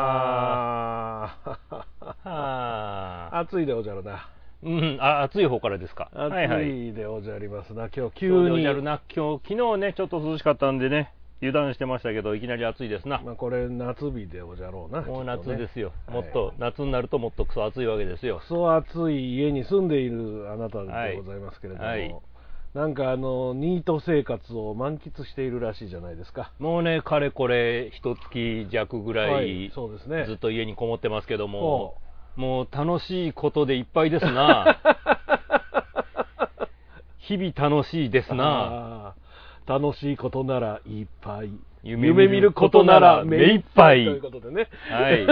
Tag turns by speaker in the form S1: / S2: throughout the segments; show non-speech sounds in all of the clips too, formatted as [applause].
S1: あ
S2: は
S1: あ。暑いでおじゃるな。
S2: ーうん、あ暑い方からですか。はいは
S1: 暑
S2: い。
S1: いでおじゃりますな。今日
S2: 急
S1: 急
S2: に
S1: に。
S2: やるな。今日、昨日ね、ちょっと涼しかったんでね、油断してましたけど、いきなり暑いですな。
S1: まあこれ夏日でおじゃろうな。
S2: もう
S1: き
S2: 夏
S1: っとね
S2: ですよ。
S1: はい
S2: もっと、夏になるともっとクソ暑いわけですよ
S1: ク。ソ暑い家に住んでいるあなたでございますけれども、
S2: はいはい
S1: なんかあのニート生活を満喫しているらしいじゃないですか。
S2: もうね、かれこれ、一月弱ぐら、
S1: はいそうですね
S2: ずっと家にこもってますけども
S1: ほ、
S2: もう楽しいことでいっぱいです
S1: [laughs]
S2: な。日々楽しいです
S1: あ
S2: な。
S1: ー楽しいことならいっぱい。
S2: 夢見ることなら目いっぱい
S1: ということでね。
S2: はい。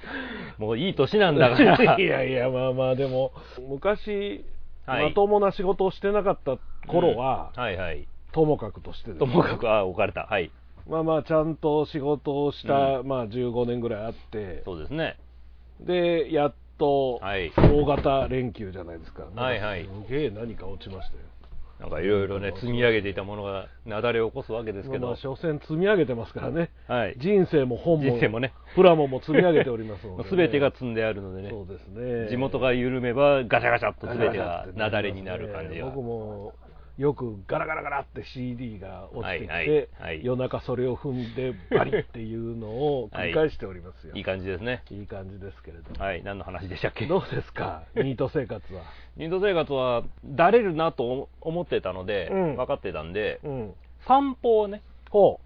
S1: [laughs]
S2: もういい年なんだから。
S1: [laughs] いやいや、まあまあ、でも、昔、
S2: はい
S1: まともな仕事をしてなかった頃は、
S2: うんはいはい。
S1: ともかくとしてです
S2: と
S1: ね
S2: もかく、あ、置かれた。はい。
S1: まあまあ、ちゃんと仕事をした、まあ15年ぐらいあって、
S2: そうですね。
S1: で、やっと、
S2: はい
S1: 大型連休じゃないですか。
S2: はいはい
S1: すげえ何か落ちましたよ。
S2: なんかいろいろね、積み上げていたものが、なだれを起こすわけですけ
S1: まあま
S2: ど
S1: あ、。所詮積み上げてますからね。
S2: はい。
S1: 人生も本も、
S2: 人生もね
S1: プラモも積み上げており
S2: [laughs]
S1: ますので、
S2: すべてが積んであるのでね。
S1: そうですね。
S2: 地元が緩めばガチャガチャっと
S1: ガラ
S2: 全て
S1: ガラ
S2: が
S1: って
S2: なだれになる感じが、
S1: 僕もよくガラガラガラって CD が落ちてきて、
S2: はいはいはい
S1: 夜中それを踏んでバリっていうのを繰り返しておりますよ、
S2: いい感じですね
S1: いい感じですけれども、
S2: はい何の話でしたっけ
S1: どうですかニート生活は
S2: インド生活はだれるなと思ってたので、
S1: うん
S2: 分かってたんで
S1: うん
S2: 散歩をね
S1: ほ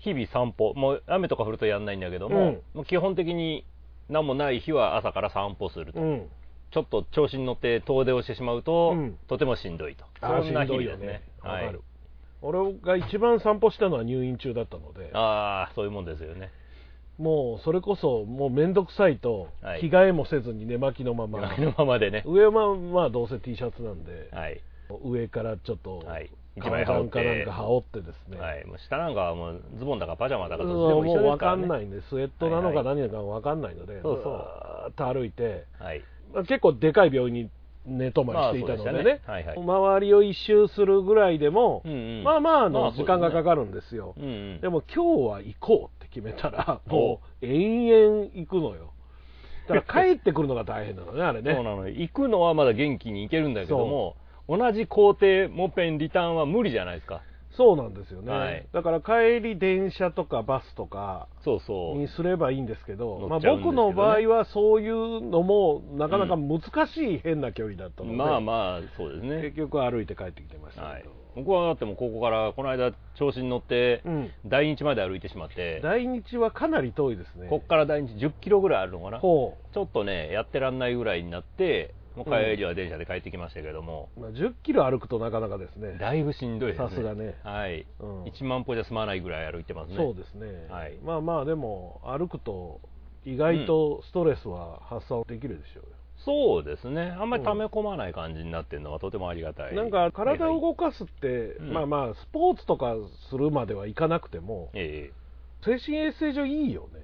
S2: 日々散歩もう雨とか降るとやんないんだけども、
S1: うん
S2: もう基本的に何もない日は朝から散歩する
S1: う
S2: と、
S1: うん
S2: ちょっと調子に乗って遠出をしてしまうと、
S1: うん
S2: とてもしんどいと
S1: あー
S2: そんな日
S1: しんど
S2: 々
S1: い
S2: で
S1: よ
S2: すね
S1: わ、
S2: は
S1: か
S2: い
S1: る俺が一番散歩したのは入院中だったので
S2: ああそういうもんですよね
S1: もうそれこそもう面倒くさいと
S2: はい
S1: 着替えもせずに寝巻きのまま、
S2: あのままでね
S1: 上はまあどうせ T シャツなんで、
S2: はい
S1: 上からちょっと、
S2: はい
S1: 革ジャンかなんか羽織ってですね、
S2: はい、もう下なんかはもうズボンだかパジャマだか
S1: うん
S2: どっちでも一
S1: も
S2: 緒
S1: う
S2: です
S1: 分
S2: から、
S1: か
S2: ね、
S1: んないんでスウェットなのか
S2: はいは
S1: 何なのか分かんないので、
S2: そうそう
S1: ずーっと歩いて、
S2: はい、
S1: まあ結構でかい病院に寝泊まりしていたので
S2: まあそうで
S1: ね
S2: したねはいはい
S1: 周りを一周するぐらいでも、
S2: うんうん
S1: まあまああ
S2: まあ
S1: の
S2: そうですね
S1: 時間がかかるんですよ、
S2: うんうん、
S1: でも今日は行こうって決めたら
S2: お
S1: もう延々行くのよだから帰ってくるのが大変なのねあれね
S2: [laughs] そうなのよ行くのはまだ元気に行けるんだけども同じ工程もっぺんリターンは無理じゃないですか
S1: そうなんですよね、
S2: はい
S1: だから帰り電車とかバスとか
S2: そうそう
S1: にすればいいんですけど、
S2: 乗
S1: ま
S2: っ
S1: あ、
S2: ちゃうんですけ
S1: 僕
S2: どね
S1: の場合はそういうのもなかなか難しい変な距離だったので、
S2: まあまあそうです
S1: 結
S2: ね、
S1: 局歩いて帰ってきてました
S2: は
S1: け
S2: い
S1: ど、、
S2: 僕はだってもうここからこの間調子に乗って
S1: うん
S2: 大日まで歩いてしまって、
S1: 来日はかなり遠いですね
S2: こっから大日1 0キロぐらいあるのかなちょ
S1: ほ
S2: っとねやってらんないぐらいになってもう帰りは電車で帰ってきましたけども、
S1: う、まあ、1 0キロ歩くとなかなかですね
S2: だいぶしんどいですね
S1: さすがね
S2: はい、
S1: うん
S2: 1万歩じゃ済まないぐらい歩いてますね
S1: そうですね、
S2: はい
S1: まあまあでも歩くと意外とストレスは発散できるでしょうよ、
S2: そうですねあんまり溜め込まない感じになってるのはとてもありがたい、
S1: なんか体を動かすって、
S2: うん
S1: まあまあスポーツとかするまではいかなくても
S2: ええ
S1: 精神衛生上いいよね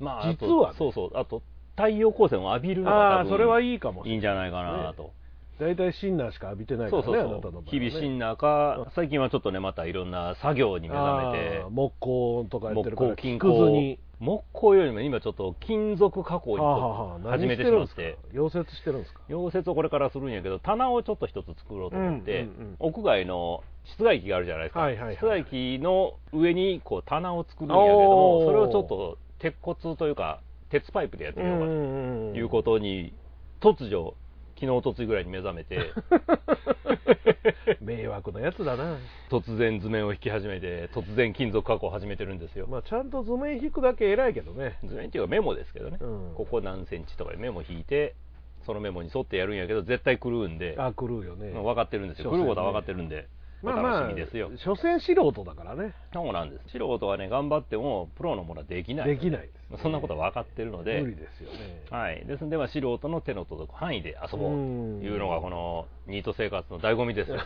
S2: まああと
S1: 実はね
S2: そうそうあと太陽光線を浴びるのが
S1: ああ
S2: 多
S1: ー
S2: 分
S1: それはいいかもし
S2: い
S1: れ
S2: いん
S1: ない
S2: じゃないかなと、
S1: 大体シンナーしか浴びてないか
S2: そ
S1: ら
S2: う
S1: ね
S2: そう
S1: あなた
S2: そ
S1: の
S2: う、
S1: 場合はね
S2: 日々シンナーか最近はちょっとねまたいろんな作業に目覚めて
S1: あー木工とかやって
S2: 木
S1: るから
S2: 工
S1: 木
S2: 金
S1: くず
S2: 工
S1: に
S2: 木工よりも今ちょっと金属加工にち
S1: はあはあは
S2: ょっ
S1: あ
S2: と
S1: 何
S2: 始め
S1: してて
S2: し
S1: る
S2: ま
S1: ん
S2: っ
S1: ですか
S2: て
S1: 溶接してるんですか
S2: 溶接をこれからするんやけど棚をちょっと一つ作ろうと思って、
S1: うんうんうん
S2: 屋外の室外機があるじゃないですか、
S1: はいはいはい
S2: 室外機の上にこう棚を作るんやけども
S1: おー
S2: それをちょっと鉄骨というか鉄パイプでやってみようか
S1: んんん
S2: ということに突如昨日おとついぐらいに目覚めて
S1: 迷惑なやつだな、
S2: 突然図面を引き始めて突然金属加工を始めてるんですよ、
S1: まあ、ちゃんと図面引くだけ偉いけどね
S2: 図面っていうかメモですけどね、
S1: うん
S2: ここ何センチとかでメモ引いてそのメモに沿ってやるんやけど絶対狂うんで、
S1: あ狂うよね
S2: まあ分かってるんですよ
S1: 所
S2: 狂
S1: 詮ね
S2: うことは分かってるんで、
S1: まあ
S2: お
S1: ま
S2: 楽
S1: あ
S2: しみですよ、
S1: 所詮素人だからね
S2: そうなんです素人はね頑張ってもプロのものはできない
S1: できないですね
S2: そんなことは分かってるので
S1: 無理ですよね
S2: はい、ですので、まあ、素人の手の届く範囲で遊ぼう
S1: うん
S2: というのがこのニート生活の醍醐味ですよ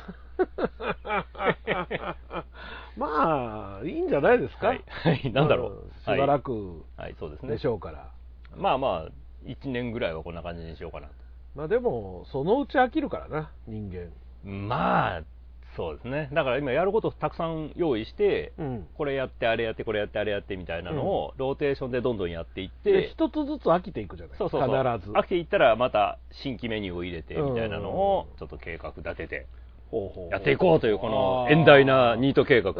S1: まあいいんじゃないですか、[laughs]
S2: [laughs] はい、はい、なんだろう、
S1: まあしばら
S2: く、
S1: く
S2: はいはい、そうですね
S1: でしょうから、
S2: まあまあ1年ぐらいはこんな感じにしようかなと
S1: まあでもそのうち飽きるからな人間
S2: まあそうですねだから今やることたくさん用意して、
S1: うん
S2: これやってあれやってこれやってあれやってみたいなのをローテーションでどんどんやっていって、
S1: で一つずつ飽きていくじゃない
S2: そうそうそう
S1: 必ず
S2: 飽きていったらまた新規メニューを入れてみたいなのを
S1: うん
S2: ちょっと計画立てて
S1: ほうほうほう
S2: やっていこうというこの
S1: あー
S2: 遠大なニー
S1: [laughs]
S2: ト計画、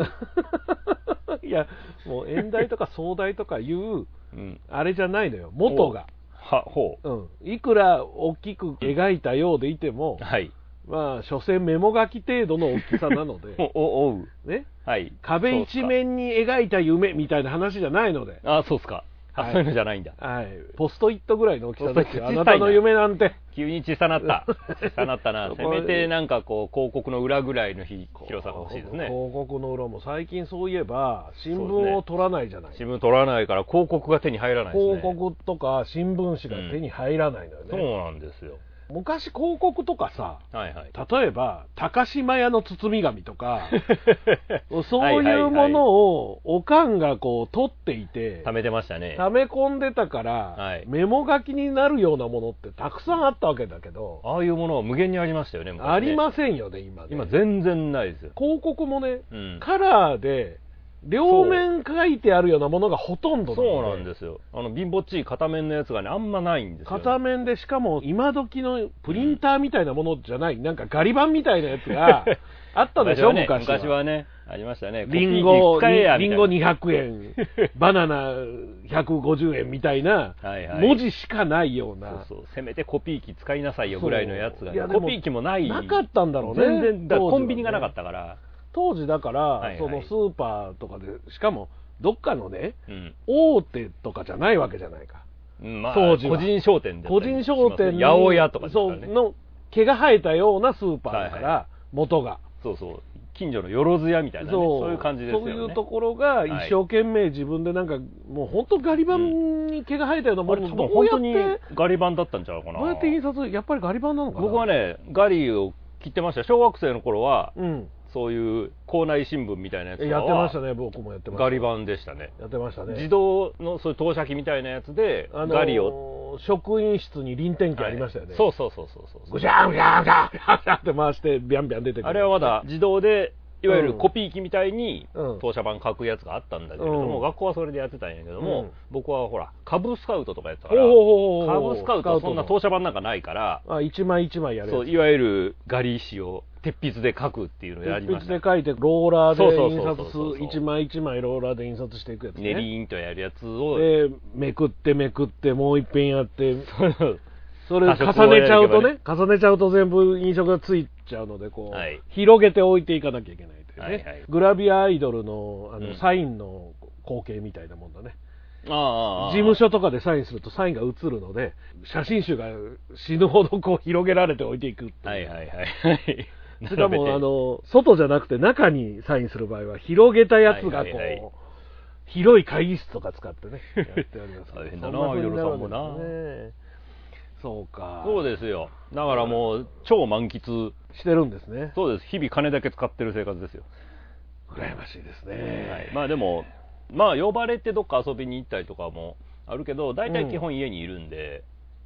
S1: いやもう遠大とか壮大とかいう
S2: うん、
S1: あれじゃないのよ元が、
S2: はほ
S1: うん、いくら大きく描いたようでいて
S2: [laughs]
S1: も
S2: う、はい
S1: まあ所詮メモ書き程度の大きさなの
S2: お
S1: で、
S2: お [laughs] おう
S1: ね、
S2: はい
S1: 壁一面に描いた夢みたいな話じゃないので、
S2: あそうっすか、あ
S1: はい
S2: そういうのじゃないんだ
S1: はい、ポストイットぐらいの大きさですよ、
S2: ポ
S1: あ
S2: ストイット
S1: なたの夢なんて、
S2: 急に小さなった
S1: [laughs]
S2: 小さなったな
S1: そ
S2: せ
S1: こは
S2: めてなんかこう広告の裏ぐらいのひ広さが欲しいですね
S1: 広告の裏も最近そういえば、新
S2: そうです
S1: 聞
S2: ね
S1: を取らないじゃない、
S2: 新聞取らないから広告が手に入らないですね
S1: 広告とか新聞紙が手に入らないのよ
S2: そう
S1: ね、
S2: なんですよ
S1: 昔、広告とかさ、
S2: はいはい
S1: 例えば高島屋の包み紙と
S2: [laughs]
S1: かそう
S2: はいはい
S1: い
S2: は
S1: う
S2: い
S1: ものをおかんがこう取っていて
S2: 貯めてましたね
S1: 溜め込んでたから、
S2: はい
S1: メモ書きになるようなものってたくさんあったわけだけど
S2: ああいうものは無限にありましたよね昔ね
S1: ありませんよね今ね
S2: 今全然ないですよ、
S1: 広告もね、
S2: うん、
S1: カラーで両面書いてあるようなものがほとんど
S2: そうなんですすよあの貧乏っちい片面のやつがねあんまないんですよ
S1: 片面でしかも今時のプリンターみたいなものじゃない、なんかガリ版みたいなやつ
S2: [laughs]
S1: があったでしょ
S2: 昔はね
S1: 昔は
S2: 昔はねありましたね
S1: リンゴ、
S2: コピー機使えや
S1: リン
S2: み
S1: ゴ
S2: たい
S1: 200円、
S2: [laughs]
S1: バナナ150円みたいな、
S2: なはいはい
S1: 文字しかないような。
S2: そうそうせめてコピー機使いなさいよぐらいのやつが
S1: い
S2: ね、
S1: やでも
S2: コピー機もない
S1: なかったんだろうね
S2: 全然だから
S1: 当時はね
S2: コンビニがなかったから、
S1: 当時だから、
S2: いはい
S1: そのスーパーとかで、しかもどっかのね、
S2: うん
S1: 大手とかじゃないわけじゃないか。
S2: うんまあ、
S1: 当時は
S2: 個人商店で
S1: 個人商店
S2: 八百屋とかですか
S1: そ
S2: ら
S1: う
S2: ね
S1: の毛が生えたようなスーパーだから、
S2: はいは
S1: 元が。
S2: そうそう近所のよろず屋みたいな、ね、そういう感じですよね
S1: そういうところが一生懸命自分でなんか、もう本当ガリバンに毛が生えたようなも
S2: あれ
S1: の
S2: 多
S1: を
S2: 分
S1: どう
S2: 本
S1: や
S2: 当
S1: っ
S2: に
S1: て
S2: ガリ版だったんちゃうかな
S1: どうやって印刷やっぱりガリ版なのかな
S2: 僕はねガリを切ってました小学生の頃は
S1: うん
S2: そういう校内新聞みたいなやつとか
S1: や
S2: は
S1: ってましたね僕もやってました
S2: ガリ版でしたね
S1: やってましたね
S2: 自動のそういう投射機みたいなやつで
S1: あのー
S2: ガリを、
S1: 職員室に臨転機ありましたよね、
S2: はいそうそうそうそうそう
S1: ぐしゃんぐしゃんぐしゃんぐしゃんぐしゃんって回してビャンビャン出てくる
S2: あれはまだ自動でいわゆ
S1: う
S2: る
S1: ん
S2: コピー機みたいに
S1: うん
S2: 投射版書くやつがあったんだけれども、
S1: うん
S2: 学校はそれでやってたんやけど
S1: う
S2: も、
S1: ん
S2: 僕はほらカブスカウトとかやったか
S1: お
S2: ら
S1: お
S2: カブスカウトはそんな投
S1: 射
S2: 射版なんかないから
S1: あ一枚一枚やる
S2: そういわゆるガリ紙を鉄筆で書くっていうのをやりま
S1: 筆
S2: し
S1: で
S2: た
S1: 書いてローラーで印
S2: そうそう
S1: 刷す
S2: そうそうそう
S1: 一枚一枚ローラーで印刷していくやつね
S2: ねりんとやるやつを
S1: でめくってめくってもう一遍やって
S2: そう
S1: それ
S2: 多少
S1: 重ねちゃうと
S2: こうや
S1: ね重ねちゃうと全部印象がついちゃうのでこう、
S2: はい
S1: 広げて置いていかなきゃいけないというね、
S2: はいはい
S1: グラビアアイドルのあの、
S2: うん
S1: サインの光景みたいなもんだね
S2: ああああ
S1: 事務所とかでサインするとサインが映るので写真集が死ぬほどこう広げられて置いていくって
S2: はい
S1: いう
S2: はいはいはい
S1: し
S2: [laughs]
S1: かもあの外じゃなくて中にサインする場合は広げたやつがこう、
S2: はいはいはい
S1: 広い会議室とか使ってねやっております
S2: [laughs] 大変だな
S1: そん風にるわけ
S2: アイドルさんも
S1: ですねそうか
S2: そうですよだからもう超満喫
S1: してるんですね
S2: そうです日々金だけ使ってる生活ですよ、
S1: 羨ましいですね、
S2: はい、まあでもまあ呼ばれてどっか遊びに行ったりとかもあるけど大体基本家にいるんで、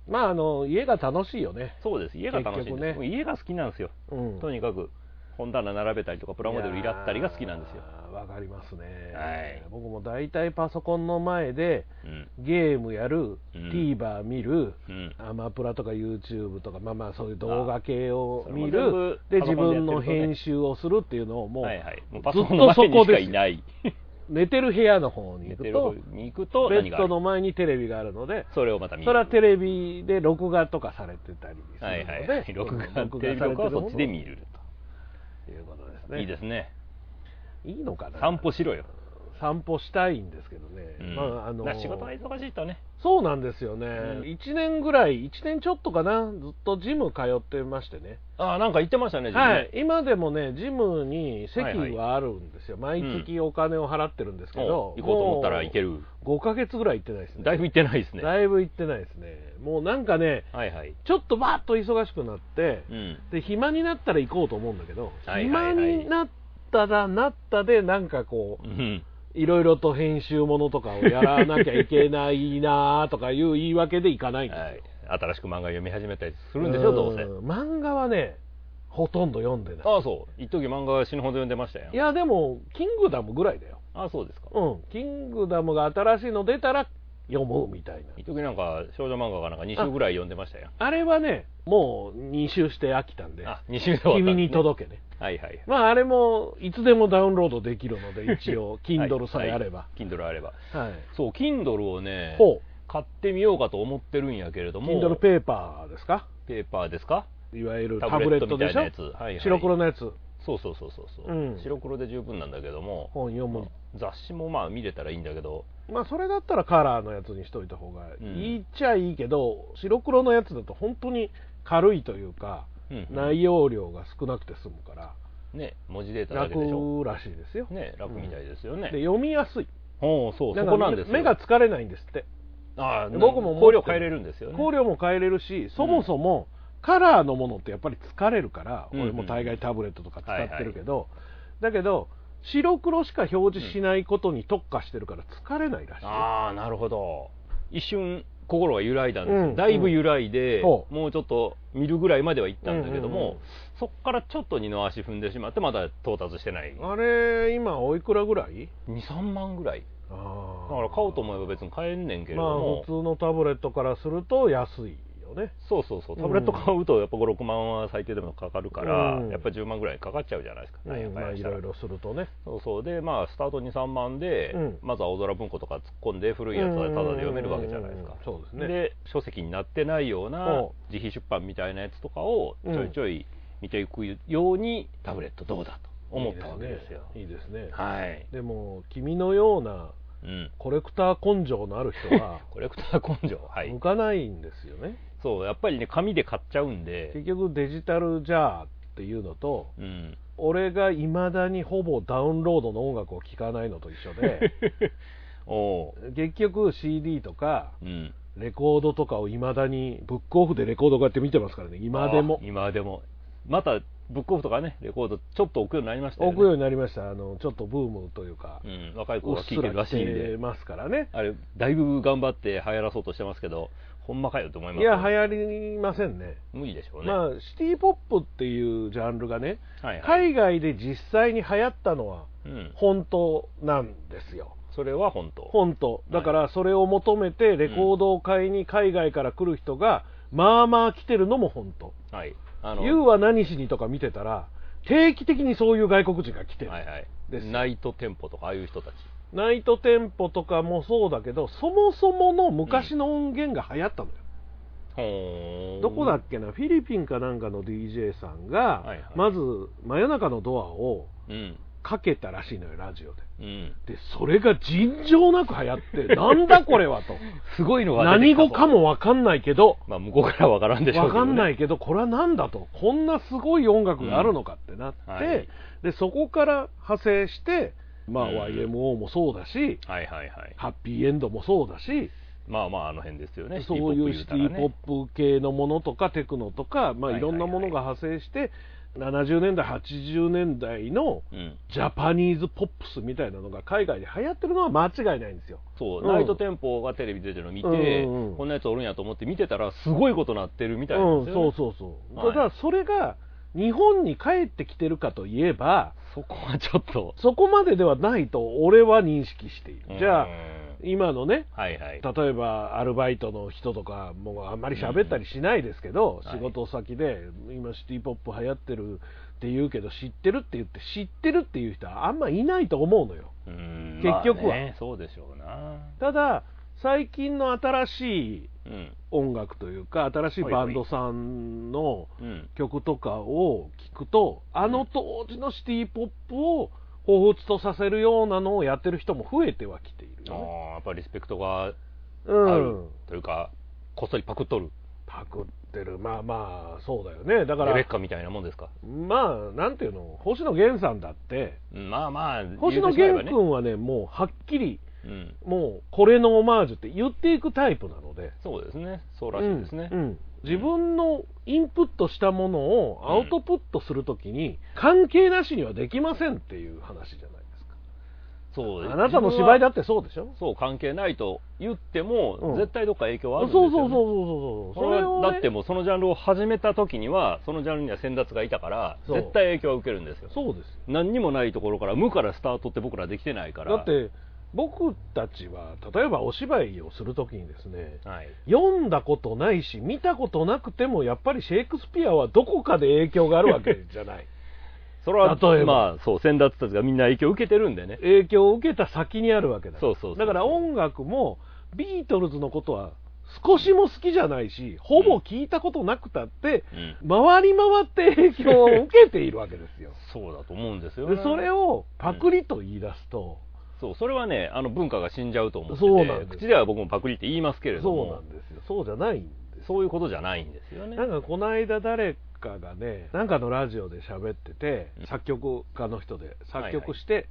S1: まああの家が楽しいよね
S2: そうです家が楽しいんで
S1: 結局
S2: す、
S1: ね
S2: 家が好きなんですよ
S1: うん
S2: とにかく本棚並べたりとかプラモデルいらったりが好きなんですよ
S1: い、やーわかりますね、
S2: はい
S1: 僕も大体パソコンの前で
S2: うん
S1: ゲームやる、
S2: うん
S1: TVer 見る
S2: うん、
S1: アマプラとか YouTube とかまあまあそういう動画系を
S2: あー
S1: 見
S2: それも
S1: るで
S2: 全部
S1: 自分の
S2: パソコンでやってるとね
S1: 編集をするっていうのをもう、
S2: はいはいも
S1: ずっ
S2: うパソコンの
S1: とそ
S2: 前に
S1: こ
S2: しか
S1: で
S2: い
S1: す
S2: ない
S1: 寝てる部屋の方に
S2: 寝
S1: 行
S2: て
S1: く
S2: る
S1: と
S2: 方に行くと
S1: ベ
S2: 何
S1: ッ
S2: があ
S1: ド
S2: る
S1: の前にテレビがあるので
S2: それをまた見る
S1: それはテレビで録画とかされてたりするので、
S2: はいはいはい録画
S1: 録
S2: テレビ
S1: されて
S2: とかは
S1: るもの
S2: そっちで見る
S1: ということです
S2: と
S1: ね
S2: いいですね
S1: いいのかな
S2: 散歩しろよ、
S1: 散歩したいんですけどね、
S2: うん
S1: まああの
S2: だから仕事が忙しいとね
S1: そうなんですよね、
S2: うん
S1: 1年ぐらい1年ちょっとかなずっとジム通ってましてね
S2: ああなんか言ってましたね自分
S1: は
S2: ね
S1: い、今でもね、ジムに席はあるんですよ、
S2: い
S1: 毎月お金を払ってるんですけど、
S2: お行こうと思ったらいけ
S1: る、
S2: る
S1: 5ヶ月ぐらい行ってないですね、
S2: だいぶ行ってないですね
S1: だいぶ行ってないですね、もうなんかね、
S2: はいはい
S1: ちょっとばーっと忙しくなって、
S2: うん
S1: で、暇になったら行こうと思うんだけど、
S2: はいはいはい
S1: 暇になったらなったで、なんかこう、
S2: うん
S1: いろいろと編集ものとかをやらなきゃいけないなーとかいう言い訳で行かないんですよ。
S2: はい新しく漫画読み始めたりするんでしょどうせ
S1: ん漫画はね、ほとんど読んでない
S2: ああそう一時漫画が死ぬほど読んでましたよ
S1: いやでも「キングダム」ぐらいだよ
S2: ああそうですか
S1: うん「キングダム」が新しいの出たら読むみたいな
S2: 一時なんか少女漫画がなんか2週ぐらい読んでましたよ
S1: あれはねもう2周して飽きたんで
S2: あ2週で
S1: 「
S2: 終わったんですね
S1: 君に届けね」
S2: はいはい
S1: まああれもいつでもダウンロードできるの
S2: [laughs]
S1: で一応 Kindle さえあれば
S2: はい Kindle あれば
S1: はい、
S2: そう Kindle をね
S1: ほ
S2: 買ってみようかと思ってるんやけれど
S1: う
S2: も
S1: Kindle ペーパーですか
S2: ペーパーですか
S1: いわゆるタ
S2: タ
S1: ブ
S2: ブ
S1: レ
S2: レ
S1: ッ
S2: ッ
S1: ト
S2: ト
S1: でしょ、
S2: みたいなやつはいはい
S1: 白黒のやつ
S2: そうそうそうそうそう、
S1: うん
S2: 白黒で十分なんだけども
S1: 本読む、
S2: 雑誌もまあ見れたらいいんだけど
S1: まあそれだったらカラーのやつにしといた方がいいっちゃいいけど、白黒のやつだと本当に軽いというか、
S2: [laughs] うん
S1: 内容量が少なくて済むから
S2: ね文字データだけでしょ
S1: 楽らしいですよ、
S2: ね楽みたいですよね、
S1: で読みやすい
S2: ほうそうそ
S1: だか
S2: こ
S1: ら
S2: なんですよ
S1: 目が疲れないんですって
S2: ああ
S1: 僕も
S2: 香料変えれるんですよね
S1: 香料も変えれるしそもそもカラーのものってやっぱり疲れるから、
S2: うん
S1: 俺も大概タブレットとか使ってるけど、だけど白黒しか表示しないことに特化してるから疲れないらしい、
S2: ああなるほど一瞬心が揺らいだんですよ、
S1: うん
S2: だいぶ揺らいで、
S1: ほう
S2: もうちょっと見るぐらいまでは行ったんだけども、
S1: うんうんうん
S2: そこからちょっと二の足踏んでしまってまだ到達してない
S1: あれ今おいくらぐらい
S2: 23万ぐらい
S1: あ
S2: だ
S1: ー
S2: から買おうと思えば別に買えんねんけれど
S1: まあ
S2: も
S1: 普、通のタブレットからすると安いよね
S2: そうそうそうタブレット買うとやっぱ56万は最低でもかかるから、
S1: うん
S2: やっぱ10万ぐらいかかっちゃうじゃないですか、なんやかん
S1: ま
S2: や
S1: あい
S2: したら
S1: ろいろするとね
S2: そうそうでまあスタート23万で、
S1: うん
S2: まず青空文庫とか突っ込んで古いやつはタダで読めるわけじゃないです
S1: う
S2: か、
S1: んそうですね
S2: で書籍になってないような
S1: ほ
S2: 自費出版みたいなやつとかをちょいちょい見ていくように、タブレットどうだと思ったわけですよ
S1: いいですねいいですね
S2: はい、
S1: でも君のような
S2: うん、
S1: コレクター根性のある人は
S2: コレクター根性 [laughs] はい
S1: 向かないんですよね、
S2: そうやっぱりね紙で買っちゃうんで
S1: 結局デジタルじゃあっていうのと
S2: うん
S1: 俺がいまだにほぼダウンロードの音楽を聴かないのと一緒
S2: [laughs]
S1: で
S2: おう
S1: 結局 CD とか
S2: うん
S1: レコードとかをいまだにブックオフでレコードこうやって見てますからね今でも
S2: あ今でもまたブックオフとかねレコードちょっと置くようになりましたよね
S1: 置くようになりましたあのちょっとブームというか、
S2: うん、若い子
S1: う
S2: が
S1: っす
S2: 聞いて
S1: ら
S2: るらしいんで
S1: 来てますからね
S2: あれだいぶ頑張って流行らそうとしてますけどほんまかよと思いま
S1: い
S2: す
S1: や
S2: よ
S1: 流行りませんね
S2: 無理でしょうね、
S1: まあシティ・ポップっていうジャンルがね、
S2: はいはい
S1: 海外で実際に流行ったのは
S2: うん、
S1: 本当なんですよ
S2: それは本当
S1: 本当だからそれを求めてレコードを買いに海外から来る人がまあまあ来てるのも本当
S2: はいあ
S1: YOU は何しにとか見てたら定期的にそういう外国人が来てる、
S2: はいはい
S1: です
S2: ナイト店舗とかああいう人たち
S1: ナイト店舗とかもそうだけどそもそもの昔の音源が流行ったのよ、
S2: ほーん
S1: どこだっけなフィリピンかなんかの DJ さんが、
S2: はいはい
S1: まず「真夜中のドア」を
S2: うん
S1: かけたらしいのよラジオで
S2: うん
S1: でそれが尋常なく流行っ
S2: [laughs]
S1: てなんだこれはと
S2: すごいのが
S1: 何
S2: 出てきたぞ
S1: 語かもわかんないけど
S2: まあ向こうからわからんでしょう
S1: わ
S2: けど、ね、
S1: かんないけどこれはなんだとこんなすごい音楽があるのかってなって、
S2: うんはい
S1: でそこから派生して、まあ、
S2: うん
S1: YMO もそうだし、
S2: はいはいはい
S1: ハッピーエンドもそうだし、
S2: まあまああの辺ですよね
S1: そういうシティ・ポ
S2: プ
S1: ップ系のものとかテクノとか、ま
S2: はい
S1: あ、
S2: はい
S1: いろんなものが派生して、70年代80年代の
S2: 言うたらねうん
S1: ジャパニーズポップスみたいなのが海外で流行ってるのは間違いないんですよ
S2: そう、
S1: うん
S2: ナイト店舗がテレビ出てるの見て、
S1: うんうん
S2: こんなやつおるんやと思って見てたらすごいことなってるみたいなん
S1: う
S2: で
S1: ん
S2: すよ、ね
S1: そうそうそう、
S2: はい
S1: ただそれが日本に帰ってきてるかといえば
S2: そこはちょっと
S1: そこまでではないと俺は認識しているじゃあ
S2: うん
S1: 今のね
S2: はいはい
S1: 例えばアルバイトの人とかもあんまり喋ったりしないですけど、
S2: うん
S1: 仕事先で今シティ・ポップ流行ってるって言うけど知ってるって言って知ってるっていう人はあんまいないと思うのよ
S2: うん
S1: 結局は
S2: まあねそうでしょうな
S1: ただ最近の新しい
S2: うん
S1: 音楽というか新しいバンドさんの
S2: うん
S1: 曲とかを聴くとあの当時のシティ・ポップを彷彿とさせるようなのをやってる人も増えてはきている
S2: あ
S1: よね、
S2: ーやっぱりリスペクトがある、
S1: うん、
S2: というかこっそりパクっとる
S1: パクってるまあまあそうだよねだ
S2: レ
S1: か
S2: ベ
S1: ら
S2: ッカみたいなもんですか、
S1: まあなんていうの星野源さんだって
S2: うんまあまあ
S1: 星野
S2: 言う
S1: 源
S2: てしまえば
S1: 君はねもうはっきり
S2: ねうん、
S1: もうこれのオマージュって言っていくタイプなので
S2: そうですねそうらしいですね、
S1: うんうん自分のインプットしたものをアウトプットするときに関係なしにはできませんっていう話じゃないですか
S2: そう
S1: あなたの芝居だ
S2: っ
S1: ってそうでしょ
S2: そう関係ないと言っても、
S1: うん
S2: 絶対どっか影響はあ
S1: そう
S2: るんです
S1: そ
S2: よ、
S1: う
S2: ね、
S1: そうそうそう
S2: それは
S1: をね
S2: だってもうそのジャンルを始めた時にはそのジャンルには先達がいたから
S1: そう
S2: 絶対影響は受けるんですよ
S1: そうですよ
S2: 何にもないところから無からスタートって僕らできてないから
S1: だって僕たちは例えばお芝居をするときにですね
S2: はい、
S1: 読んだことないし見たことなくてもやっぱりシェイクスピアはどこかで影響があるわけじゃない
S2: [laughs] それは
S1: 例えば
S2: まあそう先達たちがみんな影響を受けてるんでね
S1: 影響を受けた先にあるわけだから
S2: そうそうそう
S1: だから音楽もビートルズのことは少しも好きじゃないしほぼ聞いたことなくたって、
S2: うん
S1: 回り回って影響を受けているわけですよ
S2: そうだと思うんですよ、ね、
S1: でそれをパクリと言い出すと、
S2: そうそれはねあの文化が死んじゃうと思ってて
S1: そうなんです
S2: 口では僕もパクリって言いますけれど
S1: そうな
S2: も
S1: んですよそうじゃないん
S2: そういうことじゃないんですよね
S1: なんかこの間誰かがねなんかのラジオで喋ってて
S2: うん
S1: 作曲家の人で
S2: はいは
S1: 作
S2: い
S1: 曲して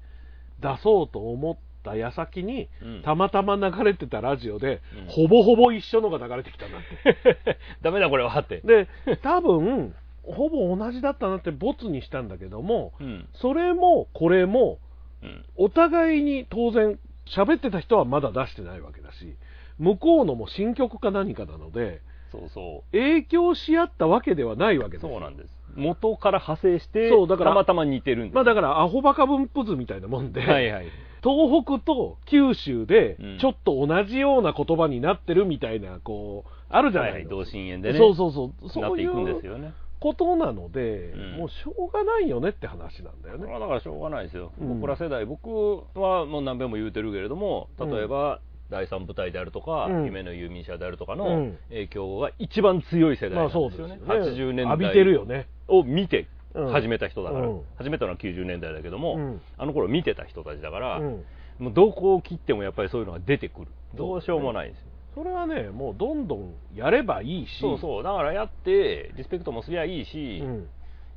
S1: 出そうと思った矢先に、
S2: うん
S1: たまたま流れてたラジオで、
S2: う
S1: ほ
S2: ん
S1: ぼほぼ一緒のが流れてきたなって
S2: [laughs] ダメだこれはって、
S1: で多分ほぼ同じだったなってボツにしたんだけども
S2: うん
S1: それもこれも
S2: うん
S1: お互いに当然喋ってた人はまだ出してないわけだし向こうのも新曲か何かなので
S2: そうそう
S1: 影響し合ったわけではないわけですよ
S2: そうなんです元から派生して
S1: そうだから
S2: たまたま似てるんです
S1: まあだからアホバカ分布図みたいなもんで、
S2: はいはい
S1: 東北と九州で
S2: うん
S1: ちょっと同じような言葉になってるみたいなこうあるじゃ
S2: は
S1: ないい、
S2: はい
S1: の
S2: 同心円でね
S1: そうそうそう
S2: な
S1: そ
S2: っ
S1: う
S2: て
S1: い
S2: いくんです
S1: う
S2: よね
S1: ことなので、
S2: うん
S1: もうしょうがないよねって話なんだよ
S2: これ
S1: ね
S2: はだからしょうがないですよ、
S1: うん
S2: 僕ら世代僕はもう何遍も言うてるけれども例えば、第三部隊であるとか、
S1: うん
S2: 夢の遊民者であるとか
S1: う
S2: の
S1: ん
S2: 影響が一番強い世代
S1: まあ
S2: なんですよ
S1: そう
S2: ね
S1: ですよね
S2: 80年代
S1: 浴びてるよね
S2: を見て
S1: うん
S2: 始めた人だから、
S1: うん
S2: 始めたのは90年代だけども、
S1: うん
S2: あの頃見てた人たちだから、
S1: うん
S2: もうどこを切ってもやっぱりそういうのが出てくるどうしようもないんですよ
S1: それはねもうどんどんやればいいし
S2: そうそうだからやってリスペクトもすりゃいいし、
S1: うん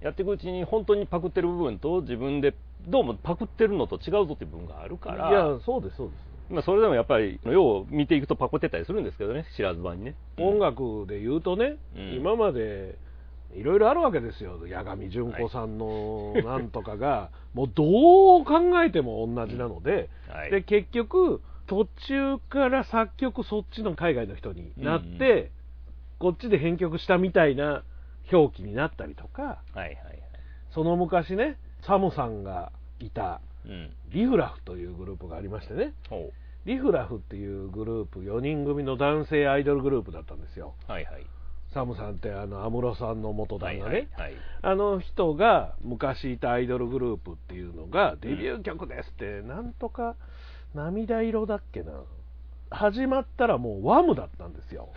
S2: やっていくうちに本当にパクってる部分と自分でどうもパクってるのと違うぞっていう部分があるから
S1: いやそうですそうです
S2: まあ、それでもやっぱりよう見ていくとパクってたりするんですけどね知らず場にね
S1: 音楽で言うとね、
S2: うん
S1: 今までいろいろあるわけですよ八神純子さんのなんとかが、 [laughs] もうどう考えても同じなので,、
S2: はい
S1: で結局途中から作曲そっちの海外の人になって、
S2: うんうん
S1: こっちで編曲したみたいな表記になったりとか
S2: はいはいはい
S1: その昔ねサモさんがいた
S2: うん
S1: リフラフというグループがありましてね
S2: ほ
S1: リフラフっていうグループ4人組の男性アイドルグループだったんですよ
S2: うはいはい
S1: サムさんってあの安室さんの元
S2: は
S1: 旦
S2: い
S1: 那ね、
S2: はいはい
S1: あの人が昔いたアイドルグループっていうのがデビュー曲ですって、なんとか涙色だっけな始まったらもうワムだったんですよ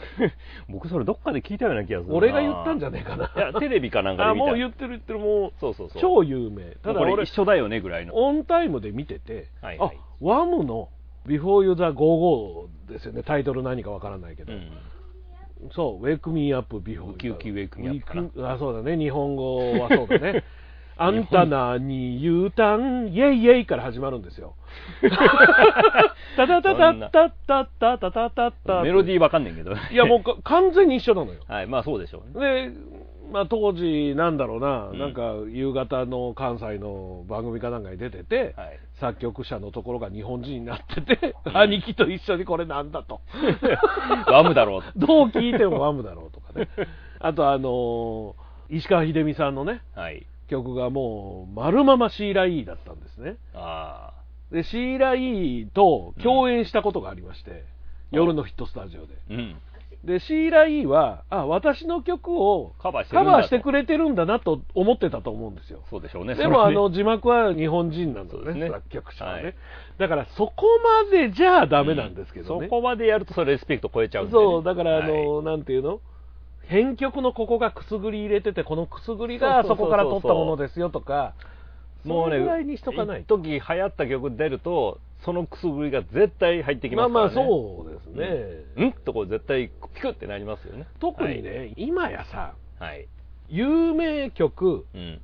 S2: 僕それどっかで聞いたような気がするな
S1: 俺が言ったんじゃねえかない
S2: やテレビかなんか
S1: [laughs] あ
S2: で見た
S1: もう言ってる言ってるも
S2: そうそう
S1: う
S2: そう
S1: 超有名た
S2: た
S1: だ
S2: だこれ
S1: 俺
S2: 一緒だよねぐらいの
S1: オンタイムで見てて、
S2: はいはい
S1: あワムの「Before You the Go Go」ですよねタイトル何かわからないけ
S2: う
S1: ど、
S2: ん
S1: そう、ウェイクミーアップビフォー。
S2: ウキウキウェイクミーアップかな
S1: ウェイクあ、そうだね、日本語はそうだね。 [laughs] あんたなに言うたん、イェイイェイから始まるんですよ。タタタタタタタタタタタ。
S2: メロディ
S1: ィ
S2: ーわかんねんけど
S1: いや、もうか完全に一緒なのよ。
S2: [laughs] はいまあそうでしょうね
S1: で、まあ当時、なんだろうな、
S2: うん
S1: なんか夕方の関西の番組かなんかに出てて、
S2: はい
S1: 作曲者のところが日本人になってて、兄貴と一緒にこれなんだと。
S2: ワムだろう
S1: [laughs] どう聞いてもワムだろうとか
S2: [laughs]
S1: ね。あとあのー石川秀美さんのね、
S2: はい
S1: 曲がもう、丸ままシーラ E だったんですね。
S2: ああ
S1: で、シーラ E と共演したことがありまして、夜のヒットスタジオで。
S2: うん
S1: で、シーラ E は、あ、私の曲を
S2: カバーしてる
S1: カ
S2: んだと
S1: バーしてくれてるんだなと思ってたと思うんですよ。
S2: そうでしょうね
S1: でも、
S2: そ
S1: あ
S2: れは
S1: の
S2: ね
S1: 字幕は日本人なんだ
S2: そう
S1: よ
S2: ですね
S1: ね、作曲者はね、
S2: はい
S1: だからそこまでじゃあダメなんですけどね、
S2: うんそこまでやるとそれレスペクト超えちゃうんでね
S1: そうだからあ
S2: はい
S1: の、なんていうの編曲のここがくすぐり入れててこのくすぐりが
S2: そう
S1: そ
S2: そうそうそう
S1: こから取ったものですよとか
S2: もうね、
S1: そのぐらいにしとかない
S2: 一時流行った曲出ると、そのくすぐりが絶対入ってき
S1: ま
S2: ま
S1: あ
S2: すか
S1: ま
S2: ら
S1: あ
S2: ね。
S1: そうですね、
S2: うんんとこう絶対ピクってなりますよね。
S1: 特にね、今やさ
S2: はい。はい。
S1: 有名曲
S2: うん。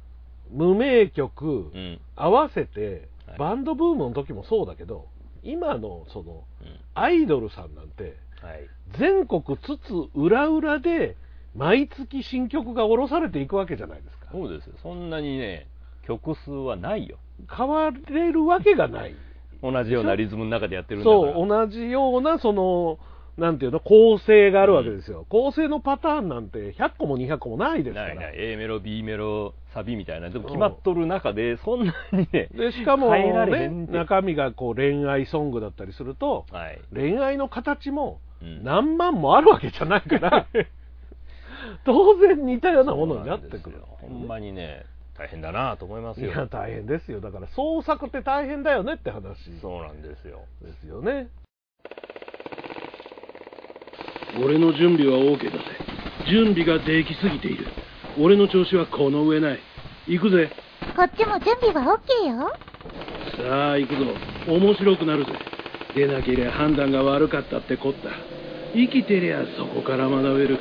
S1: 無名曲、
S2: うん。
S1: 合わせて
S2: はい
S1: バンドブームの時もそうだけど今のその
S2: うん
S1: アイドルさんなんて
S2: はい。
S1: 全国つつ裏裏で毎月新曲が下ろされていくわけじゃないですか
S2: そうですよ。そんなにね、曲数はないよ。
S1: 変われるわけがない
S2: 同じようなリズムの中でやってるんだから
S1: そう、同じような、その、なんていうの、構成があるわけですよ。構成のパターンなんて100個も200個もないですから。
S2: ないない A メロ B メロサビみたいなでも決まっとる中でそんなにね
S1: で、しかも、
S2: 変えられへん
S1: ね、
S2: って
S1: 中身がこう恋愛ソングだったりすると、
S2: はい、
S1: 恋愛の形も
S2: うん
S1: 何万もあるわけじゃない
S2: [laughs]
S1: から、当然似たようなものになってくる。
S2: そうなんですよほんまにね大変だなと思います
S1: いや、
S2: よ
S1: 大変ですよ。だから創作って大変だよねって話で
S2: そうなんですよ
S1: すよね。
S3: 俺の準備は OK だぜ準備ができすぎている俺の調子はこの上ない行くぜ
S4: こっちも準備は OK よ。
S3: さあ行くぞ面白くなるぜ出なけりゃ判断が悪かったってこった生きてりゃそこから学べる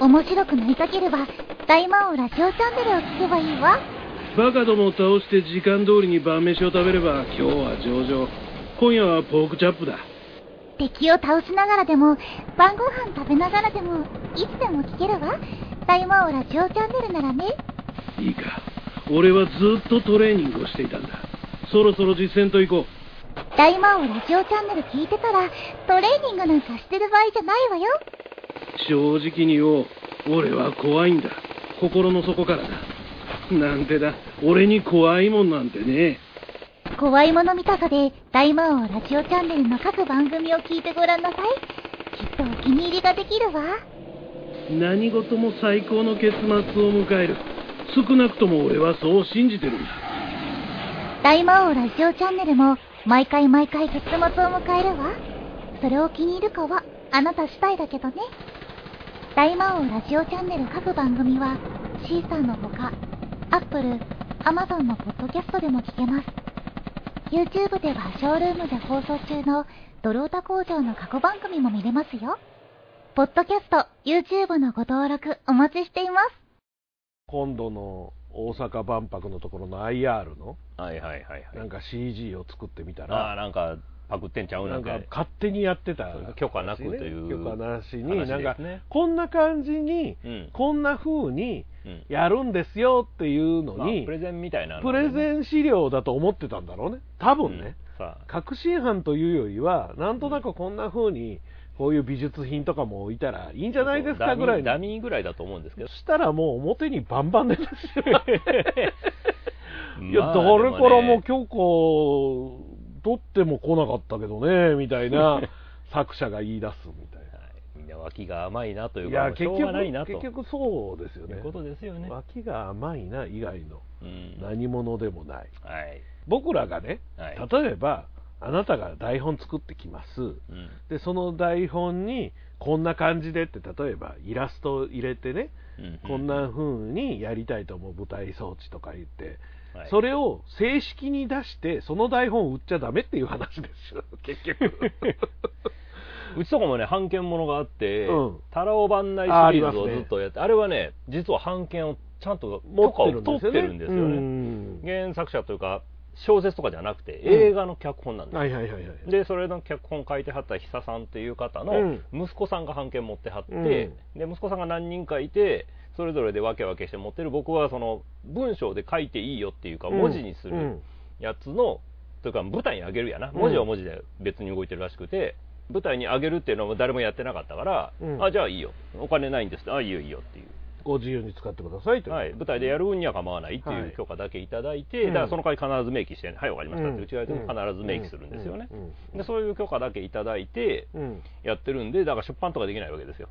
S4: 面白くなりたければ、大魔王ラジオチャンネルを聞けばいいわ。
S3: バカどもを倒して時間通りに晩飯を食べれば今日は上々今夜はポークチャップだ
S4: 敵を倒しながらでも、晩ご飯食べながらでも、いつでも聞けるわ。大魔王ラジオチャンネルならね。
S3: いいか俺はずっとトレーニングをしていたんだそろそろ実践と行こう
S4: 大魔王ラジオチャンネル聞いてたら、トレーニングなんかしてる場合じゃないわよ。
S3: 正直に言おう俺は怖いんだ心の底からだなんてだ俺に怖いもんなんてね
S4: 怖いもの見たさで、大魔王ラジオチャンネルの各番組を聞いてごらんなさい。きっとお気に入りができるわ。
S3: 何事も最高の結末を迎える少なくとも俺はそう信じてるんだ
S4: 大魔王ラジオチャンネルも毎回毎回結末を迎えるわそれを気に入るかはあなた次第だけどね大魔王ラジオチャンネル各番組はシーサーのほか Apple、Amazon のポッドキャストでも聞けます YouTube ではショールームで放送中のドロータ工場の過去番組も見れますよポッドキャスト、YouTube のご登録お待ちしています
S1: 今度の大阪万博のところの IR の
S2: はいはいはい
S1: な
S2: は
S1: ん
S2: い
S1: か CG を作ってみた
S2: ああ
S1: ら、
S2: なんかパクってんちゃうな
S1: なんん
S2: か
S1: か勝手にやってた、
S2: 許可なくという
S1: 許可なし
S2: 話で
S1: に、
S2: す
S1: な
S2: ね
S1: んかこんな感じに、
S2: うん
S1: こんな風に
S2: うん
S1: やるんですよっていうの
S2: まあ
S1: に、
S2: プレゼンみたいな
S1: プレ
S2: ン
S1: ゼン資料だと思ってたんだろうね、多分ね、
S2: さあ
S1: 確信犯というよりは、なんとなくこんな風に、こういう美術品とかも置いたらいいんじゃないですかぐらい
S2: ダ
S1: の、
S2: ミーダミーぐらいだと思うんですけど
S1: そしたらもう表にバンバン出てしまう。
S2: [laughs]
S1: いや、
S2: まあ
S1: だからもう
S2: で
S1: 許可取っても来なかったけどね、みたい
S2: [laughs]
S1: な作者が言い出すみたい
S2: ねはいみんな脇が甘いなとい
S1: な。
S2: う
S1: い
S2: か
S1: や、結
S2: もうしょう
S1: 局
S2: がないな、と
S1: 結局そうですよ
S2: い
S1: ね
S2: う。ことですよね、
S1: 脇が甘いな以外の
S2: うん
S1: 何者でもない。
S2: はい
S1: 僕らがね、
S2: はい
S1: 例えば、あなたが台本作ってきます。
S2: うん
S1: で、その台本に、こんな感じでって、例えばイラストを入れてね、
S2: うん
S1: こんな風にやりたいと思う舞台装置とか言って、
S2: はい
S1: それを正式に出して、その台本を売っちゃダメっていう話ですよ、結局。 [laughs]
S2: うちとかもね版権ものがあって、
S1: うん
S2: タラオ版内シ
S1: ああ
S2: リ
S1: り
S2: ー
S1: ま
S2: ズ
S1: す
S2: を
S1: ね
S2: ずっとやってあ,、れはね実は版権をちゃん [laughs] と
S1: 持
S2: 許可
S1: って
S2: を
S1: るんで
S2: 取っ
S1: すよ
S2: て
S1: ね。
S2: るんですよね
S1: うん
S2: 原作者というか小説とかじゃなくて
S1: うん
S2: 映画の脚本なんです、
S1: はいはいはいはい。
S2: でそれの脚本書いてはった久さんっていう方
S1: う
S2: の
S1: ん
S2: 息子さんが版権持ってはって、
S1: うん
S2: で息子さんが何人かいてそれぞれで分け分けして持ってる僕はその文章で書いていいよっていうか文字にす
S1: う
S2: る
S1: ん
S2: やつの、というか舞台に上げるやな
S1: うん
S2: 文字は文字で別に動いてるらしくて、舞台に上げるっていうのは誰もやってなかったから、
S1: うん
S2: あじゃあいいよお金ないんですってあいいよいいよっていう
S1: ご自由に使ってくださいと。
S2: はい、舞台でやる分には構わないってい
S1: は
S2: う
S1: い
S2: 許可だけいただいて、
S1: うん
S2: だからその代わり必ず明記して、はい、わかりましたって、うちが
S1: う
S2: 必
S1: ん
S2: ず明記するんですよね、
S1: うんうん
S2: でそういう許可だけいただいて
S1: うん
S2: やってるんで、だから出版とかできないわけですよ、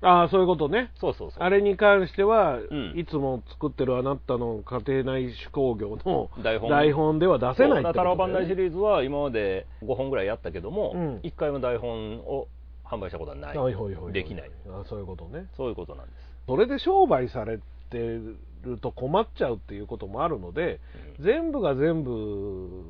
S1: ああ、そういうことね。
S2: そうそうそう、
S1: あれに関しては、
S2: ん
S1: いつも作ってるあなたの家庭内手工業の
S2: 台本
S1: 台本では出せないって
S2: そうだ
S1: こと
S2: からタ
S1: だ
S2: ラ
S1: よ
S2: バンダイ
S1: ね
S2: シリーズは今まで5本ぐらいやったけども、
S1: うん
S2: 1回も台本を販売したことはない、
S1: はいはいはいはい
S2: できない、
S1: ああそういうことね。
S2: そういうことなんです。
S1: それで商売されてると困っちゃうっていうこともあるので、全部が全部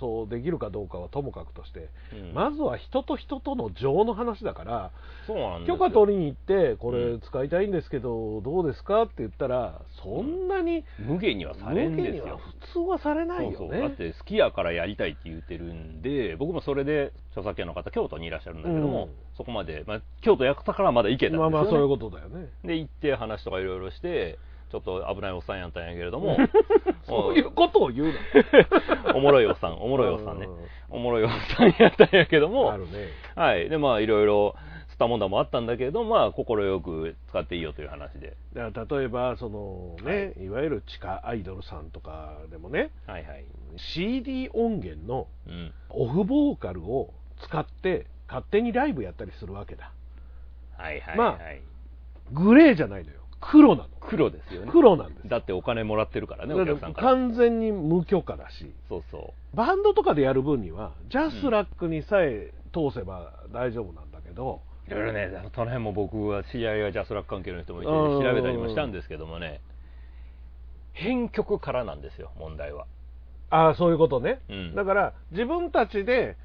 S1: そうできるかどうかはともかくとして、
S2: うん
S1: まずは人と人との情の話だから、
S2: そうなんです
S1: 許
S2: よ
S1: 可取りに行って、こ
S2: う
S1: れ
S2: ん
S1: 使いたいんですけど、どうですかって言ったら、そんなに、
S2: 無限にはされんですよ
S1: 普通はされないよ
S2: そう
S1: ね。
S2: そうだって好きやからやりたいって言ってるんで僕もそれで著作権の方京都にいらっしゃるんだけども、
S1: うん
S2: そこまで、まあ、京都やったからまだ行けたんですよ、ね
S1: まあまあ、そういうことだよね。
S2: で行って話とかいろいろしてちょっと危ないおっさんやったんやけれど [laughs] も
S1: そういうことを言う
S2: おもろいおっさんおもろいおっさんね
S1: うん
S2: おもろいおっさんやったんやけど
S1: の
S2: も
S1: あるね
S2: はいでまあいろいろ吸ったもんだもあったんだけれどまあ快く使っていいよという話で
S1: だから例えばそのね、い、わゆる地下アイドルさんとかでもね
S2: はいはい
S1: CD 音源の
S2: うん
S1: オフボーカルを使って勝手にライブやったりするわけだ
S2: はいはいはい、
S1: まあグレーじゃないのよ黒なの
S2: 黒ですよね
S1: 黒なんです
S2: だってお金もらってるからね
S1: だ
S2: お
S1: って
S2: 客さんから
S1: 完全に無許可だし
S2: そうそ
S1: バンドとかでやる分にはジャスラックにさえ通せば大丈夫なんだけど、
S2: ういろいろねその辺も僕は知り合いがジャスラック関係の人もいて
S1: うん
S2: 調べたりもしたんですけどもね編曲からなんですよ問題は
S1: ああそういうことね、
S2: うん
S1: だから自分たちで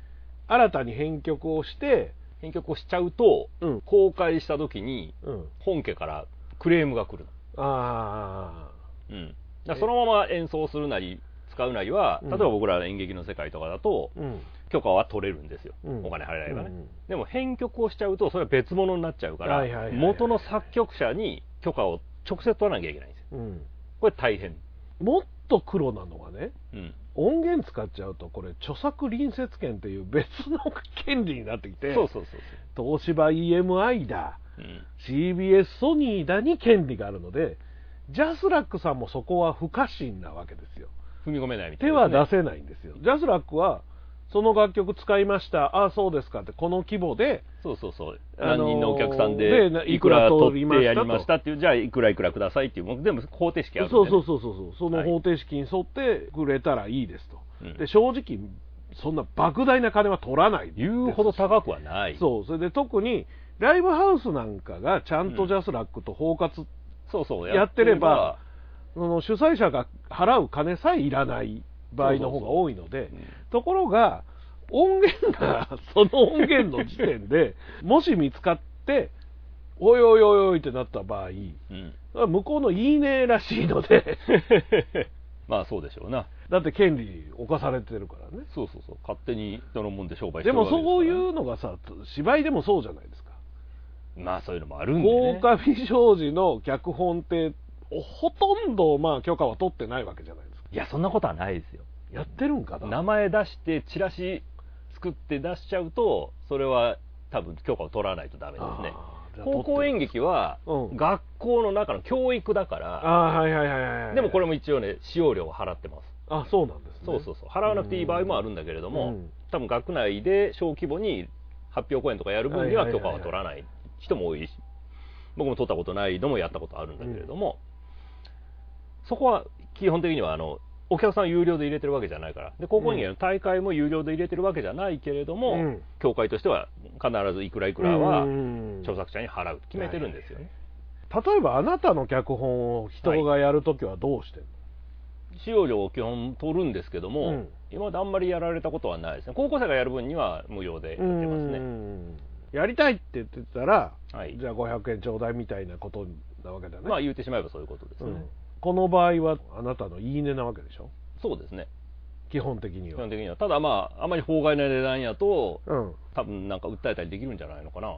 S1: 新たに編曲をして、
S2: 編曲をしちゃうと、
S1: うん
S2: 公開した時に
S1: うん、
S2: 本家からクレームが来る
S1: ああ
S2: の、うん、だからそのまま演奏するなり使うなりは
S1: うん
S2: 例えば僕らの演劇の世界とかだと、
S1: うん
S2: 許可は取れるんですよ、
S1: うん
S2: お金払えればね、
S1: うんうん
S2: でも編曲をしちゃうとそれは別物になっちゃうから、
S1: はいはいはいはい
S2: 元の作曲者に許可を直接取らなきゃいけないんですよ
S1: うん
S2: これ大変
S1: もっと黒なのはね
S2: うん
S1: 音源使っちゃうとこれ著作隣接権っていう別の権利になってきて
S2: そうそうそうそう
S1: 東芝 EMI だ
S2: うん
S1: CBS ソニーだに権利があるのでジャスラックさんもそこは不可侵なわけですよ
S2: 踏み込めないみたい
S1: 手は出せないんですよジャスラックはその楽曲使いましたああそうですかってこの規模で
S2: そうそうそう
S1: あ
S2: 何
S1: のー
S2: 人のお客さん
S1: で
S2: で
S1: ない
S2: いくら
S1: いくら
S2: 取
S1: 取り
S2: っ
S1: ましたと
S2: てやりましたっていうじゃあいくらいくらくださいっていうもう全部方程式あるんで
S1: そう
S2: ね
S1: そうそうそうそうその
S2: はい
S1: 方程式に沿ってくれたらいいですと、
S2: うん
S1: で正直そんな莫大な金は取らないです
S2: 言うほど高くはない
S1: そうそれで特にライブハウスなんかがちゃんとジャスラックと包括、
S2: そうそう
S1: やってればその主催者が払う金さえいらない場合の方が多いので
S2: そうそうそううん
S1: ところが音源がその音源の時点でもし見つかっておいおいおいおいってなった場合
S2: うん、
S1: 向こうのいいねらしいの
S2: [laughs]
S1: で
S2: まあそうでしょうな
S1: だって権利侵されてるからね
S2: そうそうそう勝手に人のもんで商売して
S1: で
S2: るわ
S1: も
S2: けすから
S1: そういうのがさ芝居でもそうじゃないですか
S2: まあそういうのもあるんで、
S1: 豪
S2: ね、
S1: 華美少女の脚本ってほとんどまあ許可は取ってないわけじゃないですか
S2: いやそんなことはないですよ
S1: やってるんかな
S2: 名前出してチラシ作って出しちゃうとそれは多分許可を取らないとダメですね
S1: あーじゃあ
S2: 高校演劇は
S1: うん
S2: 学校の中の教育だから、
S1: あーはいはいはいはい
S2: でもこれ
S1: も
S2: も一応ね使用料を払ってます
S1: あそうなんですね
S2: そうそうそう払わなくていい場合もあるんだけれど
S1: う
S2: も、
S1: ん
S2: 多分学内で小規模に発表公演とかやる分に
S1: は
S2: はい
S1: は
S2: 許
S1: い
S2: 可
S1: はいはい
S2: は取らない人も多いし僕も取ったことないのもやったことあるんだけれども、そこは基本的にはあのお客さんを有料で入れてるわけじゃないからで高校演芸の大会も有料で入れてるわけじゃないけれども、
S1: うん
S2: 協会としては必ずいくらいくらは
S1: うん
S2: 著作者に払うって決めてるんですよね、
S1: 例えばあなたの脚本を人がやるときはどうしてる
S2: 使用料を基本取るんですけども、
S1: うん
S2: 今まであんまりやられたことはないですね高校生がやる分には無料でやって
S1: の、
S2: ますね、
S1: うんやりたいって言ってたら、
S2: はい
S1: じゃあ500円ちょうだいみたいなことなわけだね、
S2: まあ言ってしまえばそういうことですね、
S1: うんこの場合はあなたのいいねなわけでしょ
S2: そうですね
S1: 基本的に
S2: 基
S1: は
S2: 本的にはただまああまり法外な値段やと
S1: うん
S2: 多分なんか訴えたりできるんじゃないのかな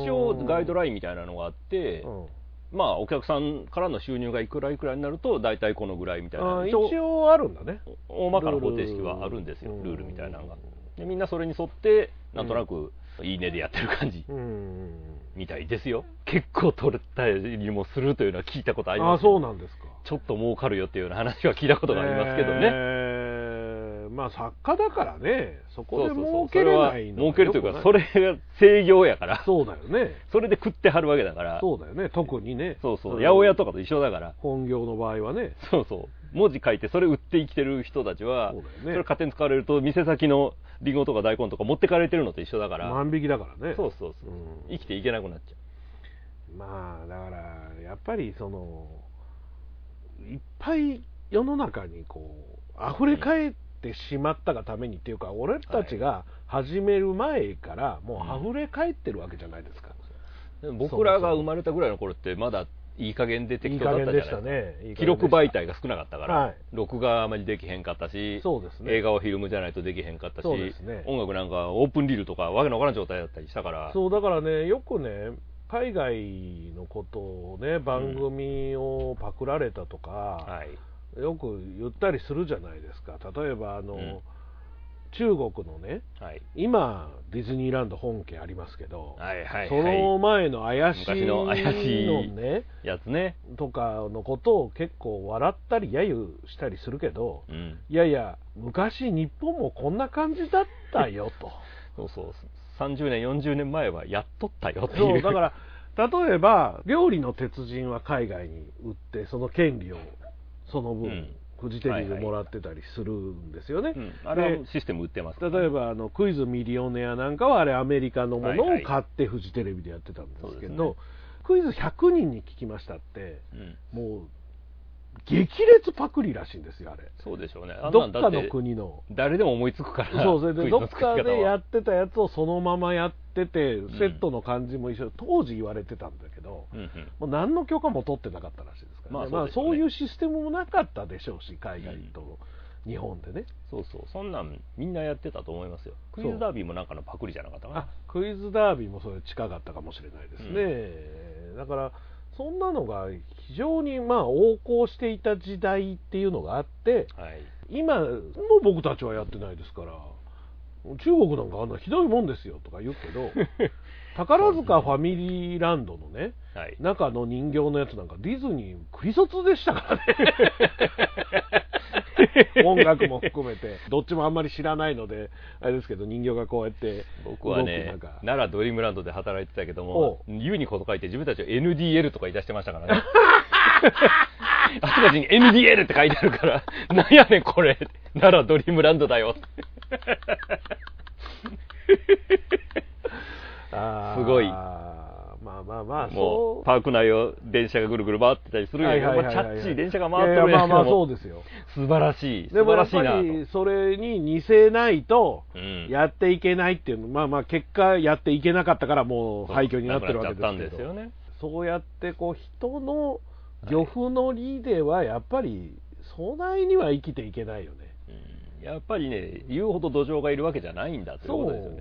S2: 一応ガイドラインみたいなのがあって、
S1: うん
S2: まあお客さんからの収入がいくらいくらになると大体このぐらいみたい
S1: あ
S2: な
S1: ー
S2: 一応
S1: 一応あるんだね
S2: 大まかな方程式はあるんですよ
S1: ルール
S2: ルールみたいなのが
S1: うん
S2: でみんなそれに沿ってなんとなくいいねでやってる感じ
S1: うん
S2: みたいですよ結構取れたりもするというのは聞いたことあり
S1: あ
S2: ま
S1: あ
S2: す
S1: そうなんですか
S2: ちょっと儲かるよっていうような話は聞いたことがありますけどね、
S1: えーまあ作家だからねそこ
S2: そう
S1: で
S2: そうそう
S1: 儲
S2: そ
S1: け
S2: れ
S1: れ
S2: は
S1: ないの
S2: 儲けるというかそ
S1: れ
S2: れが制業やから
S1: そうだよね
S2: それで食ってはるわけだから
S1: そうだよね特にね
S2: そうそう
S1: れ
S2: 八百屋とかと一緒だから
S1: 本業の場合はね
S2: そうそう文字書いてそれ売って生きてる人たちは
S1: そうだよね
S2: れ勝手に使われると店先のリンゴとか大根とか持ってかれてるのと一緒だから、
S1: 万引きだからね
S2: そうそうそう、
S1: うん
S2: 生きていけなくなっちゃ
S1: まあだからやっぱりそのいっぱい世の中にこう溢れ返ってしまったがためにっていうか俺たちが始める前からもう溢れ返ってるわけじゃないですか、
S2: うでも僕らが生まれたぐらいの頃ってまだいい加減で適当だったじゃない
S1: いい加減でしたねいい加減でした
S2: 記録媒体が少なかったから、
S1: はい
S2: 録画あまりできへんかったし
S1: そうですね
S2: 映画はフィルムじゃないとできへんかったし、
S1: そうですね
S2: 音楽なんかオープンリールとかわけのわからん状態だったりしたから
S1: そうだからねよくね海外のことをね番組をパクられたとか、
S2: はい
S1: よく言ったりするじゃないですか例えばあの、
S2: うん
S1: 中国のね
S2: はい
S1: 今ディズニーランド本家ありますけど、
S2: はいはい
S1: その前の怪しい
S2: 昔の怪しい
S1: のね
S2: やつね
S1: とかのことを結構笑ったり揶揄したりするけど、
S2: うん
S1: いやいや昔日本もこんな感じだったよと
S2: そうそう30年40年前はやっとったよって
S1: そ
S2: いう
S1: うだから例えば料理の鉄人は海外に売ってその権利をその分、
S2: うん
S1: フジテレビ
S2: は
S1: で
S2: いはい
S1: もらってたりするんですよね、
S2: [laughs] うんあれはシステム売ってますからね
S1: 例えばあのクイズミリオネアなんかはあれアメリカのもの
S2: はいは
S1: を
S2: い
S1: 買ってフジテレビでやってたんですけど、
S2: そうで
S1: クイズ100人に聞きましたって
S2: うん
S1: もう激烈パクリらしいんですよあれ
S2: そうでしょうねあん
S1: ど
S2: な
S1: っ
S2: ん
S1: か
S2: だ
S1: の
S2: て
S1: 国の
S2: 誰でも思いつくから
S1: そうそれ
S2: ク
S1: で
S2: イズ
S1: ど
S2: の
S1: っ
S2: 作り方は
S1: かでやってたやつをそのままやってて
S2: ん
S1: セットの感じも一緒当時言われてたんだけど
S2: うんうん
S1: もう何の許可も取ってなかったらしいですから、ね
S2: ま
S1: ま
S2: あそう
S1: あ
S2: でしょう
S1: そ
S2: ね
S1: ういうシステムもなかったでしょうし海外と日本でね、
S2: そうそうそんなんみんなやってたと思いますよクイズダービーもなんかのパクリじゃなかったか
S1: あ
S2: な
S1: クイズダービーもそれ近かったかもしれないですね、だからそんなのが非常にまあ横行していた時代っていうのがあって
S2: はい
S1: 今も僕たちはやってないですから中国なんかあんなひどいもんですよとか言うけ
S2: [laughs]
S1: ど宝塚ファミリーランドのね
S2: はい
S1: 中の人形のやつなんかディズニークリソツでした
S2: [laughs]
S1: からね音楽も含めてどっちもあんまり知らないのであれですけど人形がこうやって
S2: 僕はね
S1: 動く中
S2: 奈良ドリームランドで働いてたけども「ユニコ」と書いて自分たちは NDL とか言い出してましたからねあちこちに NDL って書いてあるから [laughs] 「なんやねんこれ奈良ドリームランドだよ」
S1: あー
S2: すごい
S1: まあまあまあ
S2: も
S1: そう
S2: パーク内を電車がぐるぐる回ってたりするんやけど
S1: はいは
S2: まあ
S1: い
S2: チ
S1: はい
S2: ャ
S1: はい
S2: ッチー電車が回って
S1: いや
S2: る
S1: い
S2: ん
S1: や
S2: や
S1: まあまあ
S2: けど
S1: そ
S2: も
S1: うですよ
S2: 素晴らしい
S1: でも
S2: 素晴
S1: や
S2: ら
S1: っ
S2: しい
S1: ぱ
S2: なと
S1: りそれに似せないと
S2: うん
S1: やっていけないっていうの、まあまあ結果やっていけなかったからもう廃墟になってるわけです
S2: なくなっちゃ
S1: け
S2: ったんです
S1: ど
S2: よね
S1: そうやってこう人の漁夫の利ではやっぱり備えには生きていけないよね。
S2: うんやっぱりね言うほど土壌がいるわけじゃないんだということですよね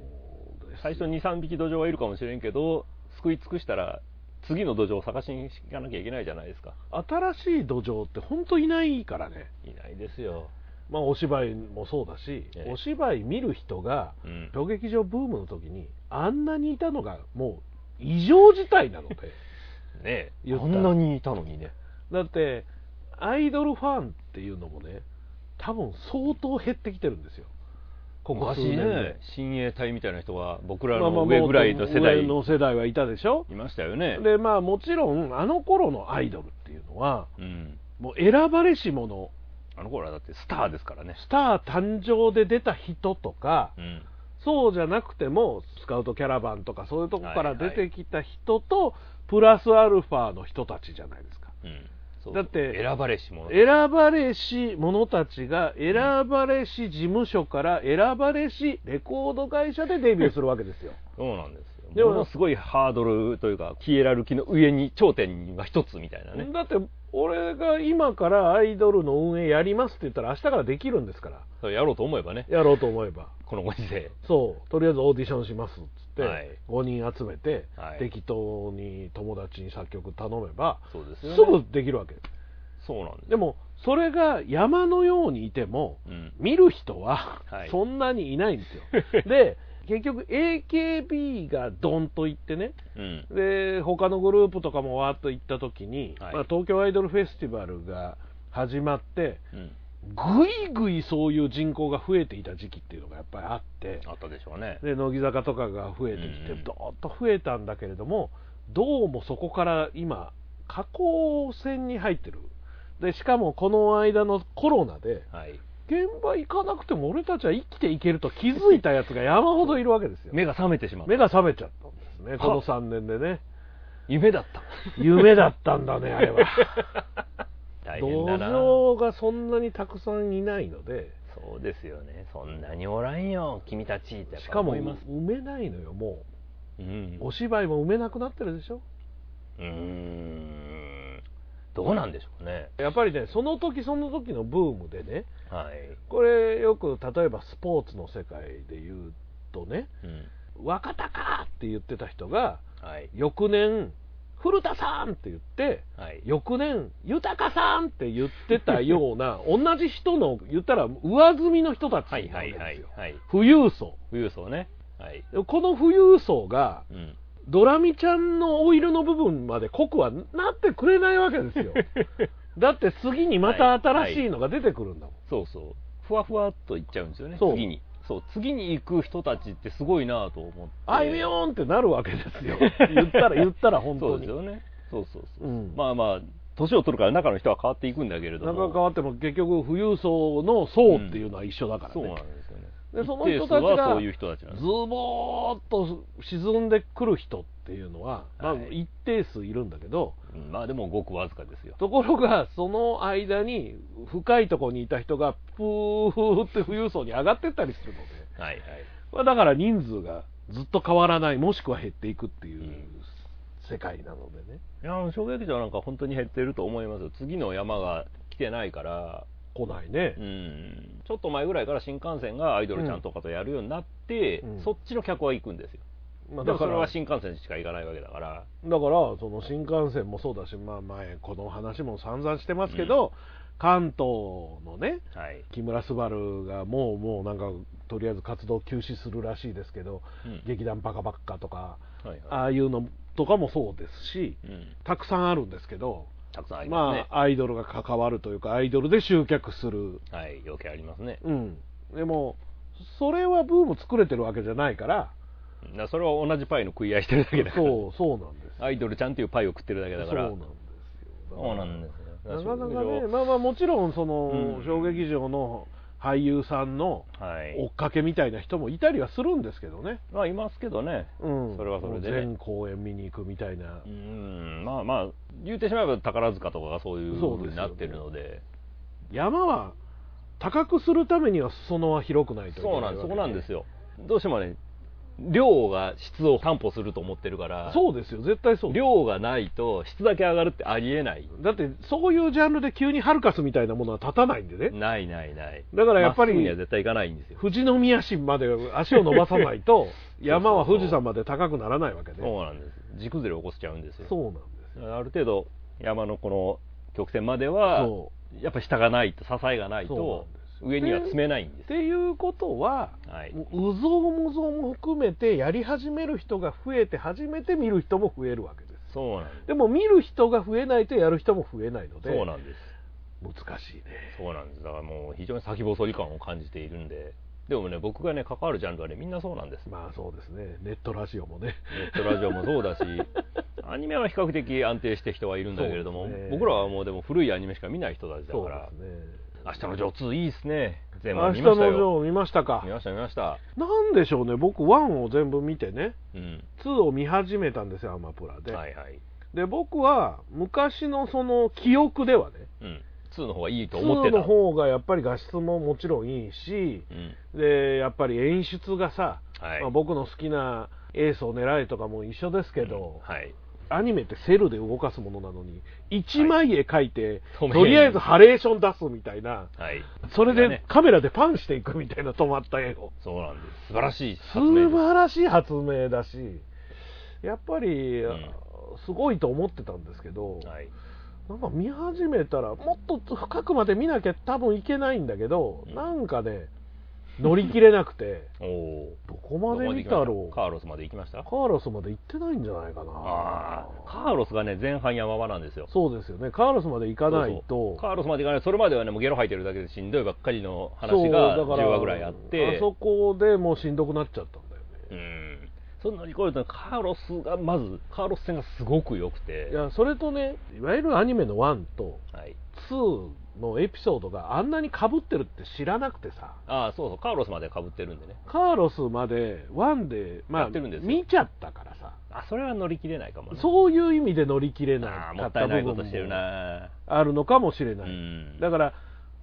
S1: です
S2: 最初23匹土壌はいるかもしれんけど救い尽くしたら次の土壌を探しに行かなきゃいけないじゃないですか
S1: 新しい土壌って本当いないからね。
S2: いないですよ、
S1: まあお芝居もそうだし、
S2: ええ
S1: お芝居見る人が
S2: うん
S1: 小劇場ブームの時にあんなにいたのがもう異常事態なので。
S2: ね
S1: 言った
S2: こんなにいたのにね
S1: だってアイドルファンっていうのもね多分相当減ってきてるんですよここ数年
S2: 昔
S1: で、
S2: ね親衛隊みたいな人が僕ら
S1: まあまあ
S2: の上ぐらいの世代
S1: 上の世代はいたでしょ
S2: いましたよね、
S1: でまあもちろんあの頃のアイドルっていうのは
S2: うん、
S1: もう選ばれし者
S2: あの頃はだってスターですからね、
S1: スター誕生で出た人とか
S2: うん
S1: そうじゃなくてもスカウトキャラバンとかそういうとこから
S2: はいは
S1: 出
S2: い
S1: てきた人と、プラスアルファの人たちじゃないですか
S2: うんそう
S1: だって
S2: 選ばれし者
S1: 選ばれし者たちが選ばれし事務所から選ばれしレコード会社でデビューするわけ
S2: [laughs]
S1: ですよ
S2: そうなんですよ
S1: でも
S2: ものすごいハードルというかヒエラルキーの上に頂点が一つみたいなね
S1: だって俺が今からアイドルの運営やりますって言ったら明日からできるんですから
S2: それやろうと思えばね
S1: やろうと思え
S2: [laughs]
S1: ば
S2: このご時世
S1: そうとりあえずオーディションしますっつって、
S2: はい
S1: 5人集めて、
S2: はい
S1: 適当に友達に作曲頼めば
S2: そうです
S1: す
S2: よね
S1: ぐできるわけ
S2: そうなんです
S1: でもそれが山のようにいても
S2: うん
S1: 見る人は
S2: はい
S1: そんなにいないんですよ、
S2: [laughs]
S1: で結局 AKB がドンといってね
S2: うん
S1: で他のグループとかもわーっと行った時に、
S2: はい
S1: まあ、東京アイドルフェスティバルが始まって
S2: うん
S1: ぐいぐいそういう人口が増えていた時期っていうのがやっぱりあって
S2: あったでしょうね
S1: で乃木坂とかが増えてき
S2: うんう
S1: て
S2: ん
S1: どーっと増えたんだけれどもどうもそこから今下降線に入ってるでしかもこの間のコロナで
S2: はい
S1: 現場行かなくても俺たちは生きていけると気づいたやつが山ほどいるわけですよ
S2: 目が覚めてしまった
S1: 目が覚めちゃったんですねこの3年でね
S2: 夢だった
S1: 夢だったんだ [laughs] ねあれは
S2: 大
S1: 土
S2: 変だな
S1: 壌がそんなにたくさんいないので
S2: そうですよねそんなにおらんよ君たちってやっ
S1: し
S2: ぱ
S1: かも
S2: 思います
S1: 埋めないのよも
S2: うん
S1: うお芝居も埋めなくなってるでしょ
S2: うーんどうなんでしょうね
S1: やっぱりねその時その時のブームでね
S2: はい、
S1: これよく例えばスポーツの世界で言うとね
S2: うん
S1: 若隆って言ってた人が
S2: はい
S1: 翌年古田さんって言って
S2: はい
S1: 翌年豊さんって言ってたような [laughs] 同じ人の言ったら上積みの人たちな
S2: は
S1: ん
S2: い
S1: ですよ、
S2: はいはいはい
S1: 富裕層
S2: 富裕層ねはい
S1: この富裕層が
S2: うん
S1: ドラミちゃんのオイルの部分まで濃くはなってくれないわけ
S2: [laughs]
S1: ですよだって次にまた新しいのが出てくるんだもん、
S2: そうそうふわふわっといっちゃうんですよね
S1: そう
S2: 次にそう次に行く人たちってすごいなと思って
S1: あいみょんってなるわけです
S2: [laughs]
S1: よ言ったら言ったら本
S2: そ
S1: 当
S2: う
S1: に
S2: ですよねそうそうそう、
S1: うん
S2: まあまあ年を取るから中の人は変わっていくんだけれども
S1: 中川っても結局富裕層の層っていうのは一緒だからね、
S2: そうなんですよね
S1: でその
S2: 一
S1: 人
S2: 定数
S1: たち
S2: は
S1: が
S2: そういう人たちなんで
S1: ズ
S2: す
S1: ボーっと沈んでくる人っていうのは、まあ
S2: は、い
S1: 一定数いるんだけど、
S2: うんまあでもごくわずかですよ
S1: ところがその間に深いところにいた人がプーって富裕層に上がってったりするので
S2: はいはい
S1: まあだから人数がずっと変わらないもしくは減っていくっていううん世界なのでね
S2: いや小劇場なんか本当に減ってると思いますよ次の山が来てないから
S1: 来ないね
S2: うんちょっと前ぐらいから新幹線がアイドルちゃんとかとやるようになって、
S1: うん
S2: そっちの客は行くんですよ、
S1: まあ
S2: で
S1: だ
S2: も
S1: か
S2: それ
S1: ら
S2: は
S1: だか
S2: 新幹線しか行かないわけだから
S1: らその新幹線もそうだしまあ前この話も散々してますけど、関東のね
S2: はい、
S1: 木村昴がもうもうなんかとりあえず活動休止するらしいですけど、
S2: うん
S1: 劇団バカバカとか
S2: はいはい
S1: ああいうのとかもそうですし
S2: うん、
S1: たくさんあるんですけど
S2: たくさんありま
S1: ま
S2: すね、
S1: あアイドルが関わるというかアイドルで集客する
S2: はい余計ありますね
S1: うんでもそれはブーム作れてるわけじゃないから
S2: だからそれは同じパイの食い合いしてるだけだから
S1: そうそうなんです
S2: アイドルちゃんっていうパイを食ってるだけだから
S1: そうなんですよ
S2: そうなんですよ
S1: なかなか
S2: 小
S1: ね
S2: 劇
S1: まあまあもちろんその、
S2: うん
S1: 小劇場の俳優さんの
S2: 場はい
S1: 追っかけみたいな人もいたりはするんですけどね
S2: まあいますけどね
S1: うん、
S2: それはそれでね
S1: 全公演見に行くみたいな、
S2: うんまあまあ言ってしまえば宝塚とかがそういう
S1: そう
S2: ふ
S1: ですよね
S2: うになってるので
S1: 山は高くするためには裾野は広くないといけない
S2: そうなんですそこなんです
S1: よ
S2: よどうしてもね量が質を担保すると思ってるから
S1: そうですよ絶対そう
S2: 量がないと質だけ上がるってありえない
S1: だってそういうジャンルで急にハルカスみたいなものは立たないんでね
S2: ないないない
S1: だからやっぱり
S2: まっすぐには絶対いかないんですよ
S1: 富士宮市まで足を伸ばさない
S2: [laughs]
S1: と山は富士山まで高くならないわけで
S2: そうなんです地崩れ起こしちゃうんですよ
S1: そうなんです
S2: ある程度山のこの曲線までは
S1: そ
S2: やっぱ下がないと支えがない
S1: そ
S2: と
S1: うなんですよ
S2: 上には積めないんで
S1: っ
S2: す
S1: ていうことは、
S2: はいう
S1: ぞうもぞうも含めてやり始める人が増えて初めて見る人も増えるわけです
S2: そうなんです
S1: でも見る人が増えないとやる人も増えないので
S2: そうなんです
S1: 難しいね
S2: そうなんですだからもう非常に先細り感を感じているんででもね僕がね関わるジャンルはねみんなそうなんですネ
S1: まあそうですねネットラジオもね
S2: ットラジオも [laughs] そうだしアニメは比較的安定して人はいるんだけれども、
S1: そうですね
S2: 僕らはもうでも古いアニメしか見ない人たちだ
S1: そう
S2: から
S1: ですね
S2: 「明日のジョー2」いいですね全部
S1: 明
S2: 見
S1: 日
S2: ま
S1: の
S2: し
S1: ジ
S2: た
S1: ョ
S2: よ
S1: ー見ましたか
S2: 見ました見ました
S1: なんでしょうね僕1を全部見てね
S2: うん
S1: 2を見始めたんですよアマプラで、
S2: はいはい、
S1: で僕は昔のその記憶ではね
S2: うん、2の方がいいと思って
S1: 2
S2: た
S1: の方がやっぱり画質ももちろんいいし
S2: うん
S1: でやっぱり演出がさ、
S2: はい
S1: まあ、僕の好きな「エースを狙え」とかも一緒ですけど、
S2: はい
S1: アニメってセルで動かすものなのに一枚絵描いて、
S2: はい
S1: とりあえずハレーション出すみたいな
S2: はい
S1: それ
S2: いや
S1: で
S2: ね
S1: カメラでパンしていくみたいな止まった絵を
S2: そうなんです素晴らしい発
S1: 素
S2: 明です
S1: 晴らしい発明だしやっぱり、
S2: うん
S1: すごいと思ってたんですけど、
S2: はい
S1: なんか見始めたらもっと深くまで見なきゃ多分いけないんだけど、
S2: うん
S1: なんかね乗り切れなく
S2: [laughs]
S1: て
S2: おお
S1: どこまで見たろう
S2: カーロスまで行きました
S1: カーロスまで行ってないんじゃないかな
S2: ああカーロスがね前半山場なんですよ
S1: そうですよねカーロスまで行かない
S2: そうそ
S1: と
S2: うカーロスまで行かないそれまではねもうゲロ吐いてるだけでしんどいばっかりの話が
S1: そうだから
S2: 10話ぐらいあって
S1: あそこでもうしんどくなっちゃったんだよ
S2: う
S1: ね、
S2: んそんなにこれカーロスがまずカーロス戦がすごく良くて
S1: いやそれとねいわゆるアニメの1と
S2: はい、
S1: 2のエピソードがあんなにかぶってるって知らなくてさ
S2: ああそうそうカーロスまでかぶってるんでね
S1: カーロスまで1で,、まあ、
S2: やってるんですよ
S1: 見ちゃったからさ
S2: あそれは乗り切れないかもね
S1: そういう意味で乗り切れ
S2: あ
S1: な
S2: あも
S1: か
S2: っ
S1: ったた
S2: いな
S1: 部
S2: いこ
S1: 分
S2: と
S1: も
S2: してるな
S1: あるのかもしれ
S2: う
S1: ない、
S2: ん
S1: だから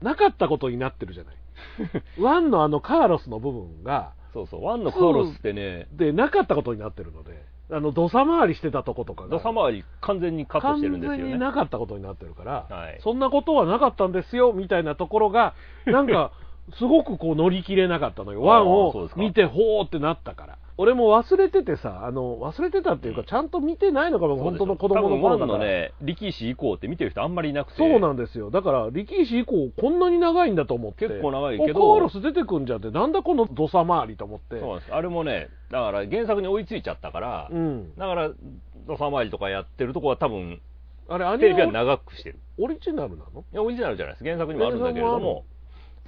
S1: なかったことになってる
S2: [laughs]
S1: じゃない1のあのカーロスの部分が
S2: そうそうワンのカーロスってね
S1: でなかったことになってるのであの土佐回りしてたとことかが
S2: 土佐回り完全にカットしてるんですよ
S1: 完全
S2: ね
S1: になかったことになってるから、
S2: はい
S1: そんなことはなかったんですよみたいなところ
S2: [laughs]
S1: がなんかすごくこう乗り切れなかったのよ
S2: あー
S1: 1
S2: そ
S1: を
S2: うですか
S1: 見てほーってなったから俺も忘れててさあの忘れてたっていうかちゃんと見てないのかも本当の子供の頃だ
S2: 多分
S1: か
S2: ワンの
S1: ら、
S2: ね力士以降って見てる人あんまりいなくて
S1: そうなんですよだから力士以降こんなに長いんだと思って
S2: 結構長いけど
S1: おカーロス出てくんじゃんってなんだこの土佐回りと思って
S2: そうなんですあれもねだから原作に追いついちゃったから、
S1: うん、
S2: だから土佐回りとかやってるとこは多分
S1: あれアニ
S2: テレビは
S1: メ
S2: 長くしてる
S1: オリジナルなの
S2: いやオリジナルじゃないです原作にもあるんだけれど
S1: 原作も
S2: も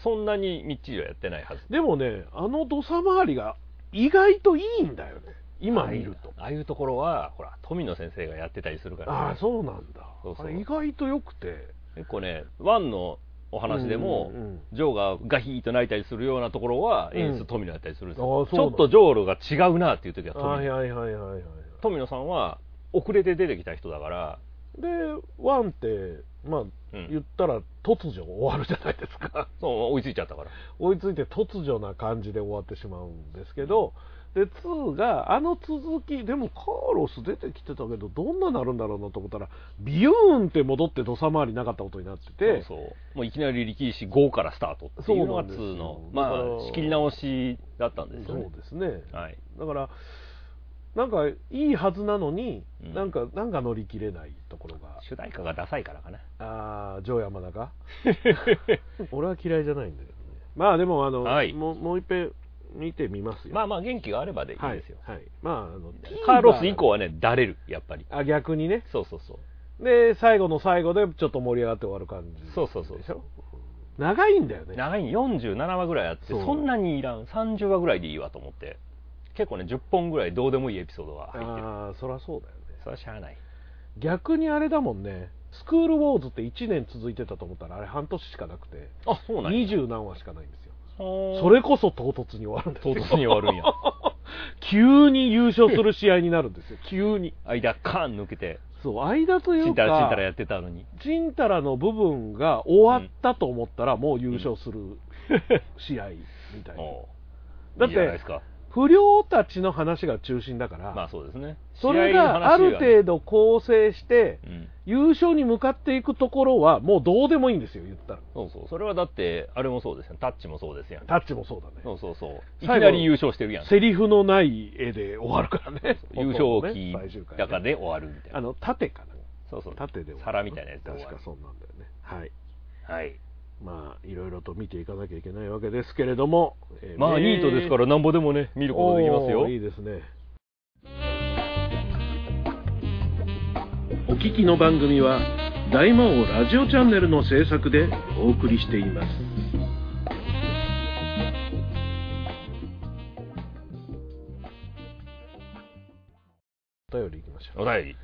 S2: そんなにみっちりはやってないはず
S1: でもねあの土佐回りが意外といいんだよね今見ると
S2: ああいうところはほら富野先生がやってたりするから、
S1: ああそうなんだ
S2: そうそう
S1: あれ意外と良くて
S2: 結構ねワンのお話でも、
S1: うんうんうん
S2: ジョーがガヒーと泣いたりするようなところは
S1: うん
S2: 演出富野だったりするんです
S1: あ
S2: よ、
S1: あそう
S2: ち
S1: なん
S2: ょ
S1: だ
S2: っとジョーロが違うなっていう時は富
S1: はい
S2: 野
S1: はいはいはいはい
S2: 富野さんは遅れて出てきた人だから
S1: でワンってまあ
S2: うん
S1: 言ったら突如終わるじゃないですか [laughs]
S2: そう追いついちゃったから
S1: 追いついて突如な感じで終わってしまうんですけどで2があの続きでもカーロス出てきてたけどどんななるんだろうなと思ったらビューンって戻って土佐回りなかったことになってて
S2: そうそうもういきなり力士5からスタートっていうのが
S1: そうなんですよ
S2: 2の
S1: だから
S2: まあ仕切り直しだったんです
S1: そ
S2: よ
S1: う
S2: ね
S1: ですね
S2: はい
S1: だからなんかいいはずなのに、
S2: うん
S1: なんかなんか乗り切れないところが
S2: 主題歌がダサいからかな
S1: ああ城山だ
S2: [laughs]
S1: か俺は嫌いじゃないんだけどねまあでもあの、
S2: はい
S1: もうもう一遍見てみますよ
S2: まあまあ元気があればでいい
S1: はい
S2: ですよ、
S1: はい、まああの
S2: カーロス以降
S1: は
S2: はねだれるやっぱり
S1: あ逆にね
S2: そうそうそう
S1: で最後の最後でちょっと盛り上がって終わる感じ
S2: そうそうそう
S1: でしょ長いんだよね
S2: 長い47話ぐらいあって
S1: そう
S2: そんなにいらん30話ぐらいでいいわと思って結構ね10本ぐらいどうでもいいエピソードが入ってる
S1: ああそりゃそうだよね
S2: それはしゃあない
S1: 逆にあれだもんねスクールウォーズって1年続いてたと思ったらあれ半年しかなくて
S2: あそうなんや
S1: 20何話しかないんですよそ
S2: そ
S1: れこそ唐突に終わるんです
S2: 唐
S1: よ
S2: 突に終わるんや
S1: 急に優勝する試合になるん
S2: [laughs]
S1: ですよ急に
S2: 間カーン抜けて
S1: そう間とい
S2: チ
S1: う
S2: ンタラチンタラ
S1: か
S2: やってたのに
S1: チンタラの部分が終わったと思ったらもう優勝する [laughs] 試合みたいな、
S2: おう
S1: だ
S2: いいじゃない
S1: って
S2: ですか
S1: 不良たちの話が中心だから、
S2: まあそうですね
S1: それがある程度構成して
S2: 度、うん
S1: 優勝に向かっていくところはもうどうでもいいんですよ言ったら
S2: そうそうそれはだってあれもそうですよタッチもそうですやん
S1: タッチもそうだね
S2: そうそうそういき
S1: 最後
S2: なり優勝してるやん
S1: セリフのない絵で終わるからね
S2: 優勝
S1: ね
S2: 期
S1: [laughs] 最終回ね
S2: だからで終わるみたいな
S1: あの盾かな
S2: そうそう
S1: 縦で
S2: 皿みたいなやつで終
S1: 確
S2: わる
S1: かそうなんだよねはい
S2: はい
S1: まあいろいろと見ていかなきゃいけないわけですけれども、えー
S2: まあニートですからなんぼでもね見ることできます
S1: お
S2: よ
S1: ーいいですねお聞きの番組は大魔王ラジオチャンネルの制作でお送りしていますお便りいきましょう
S2: お便り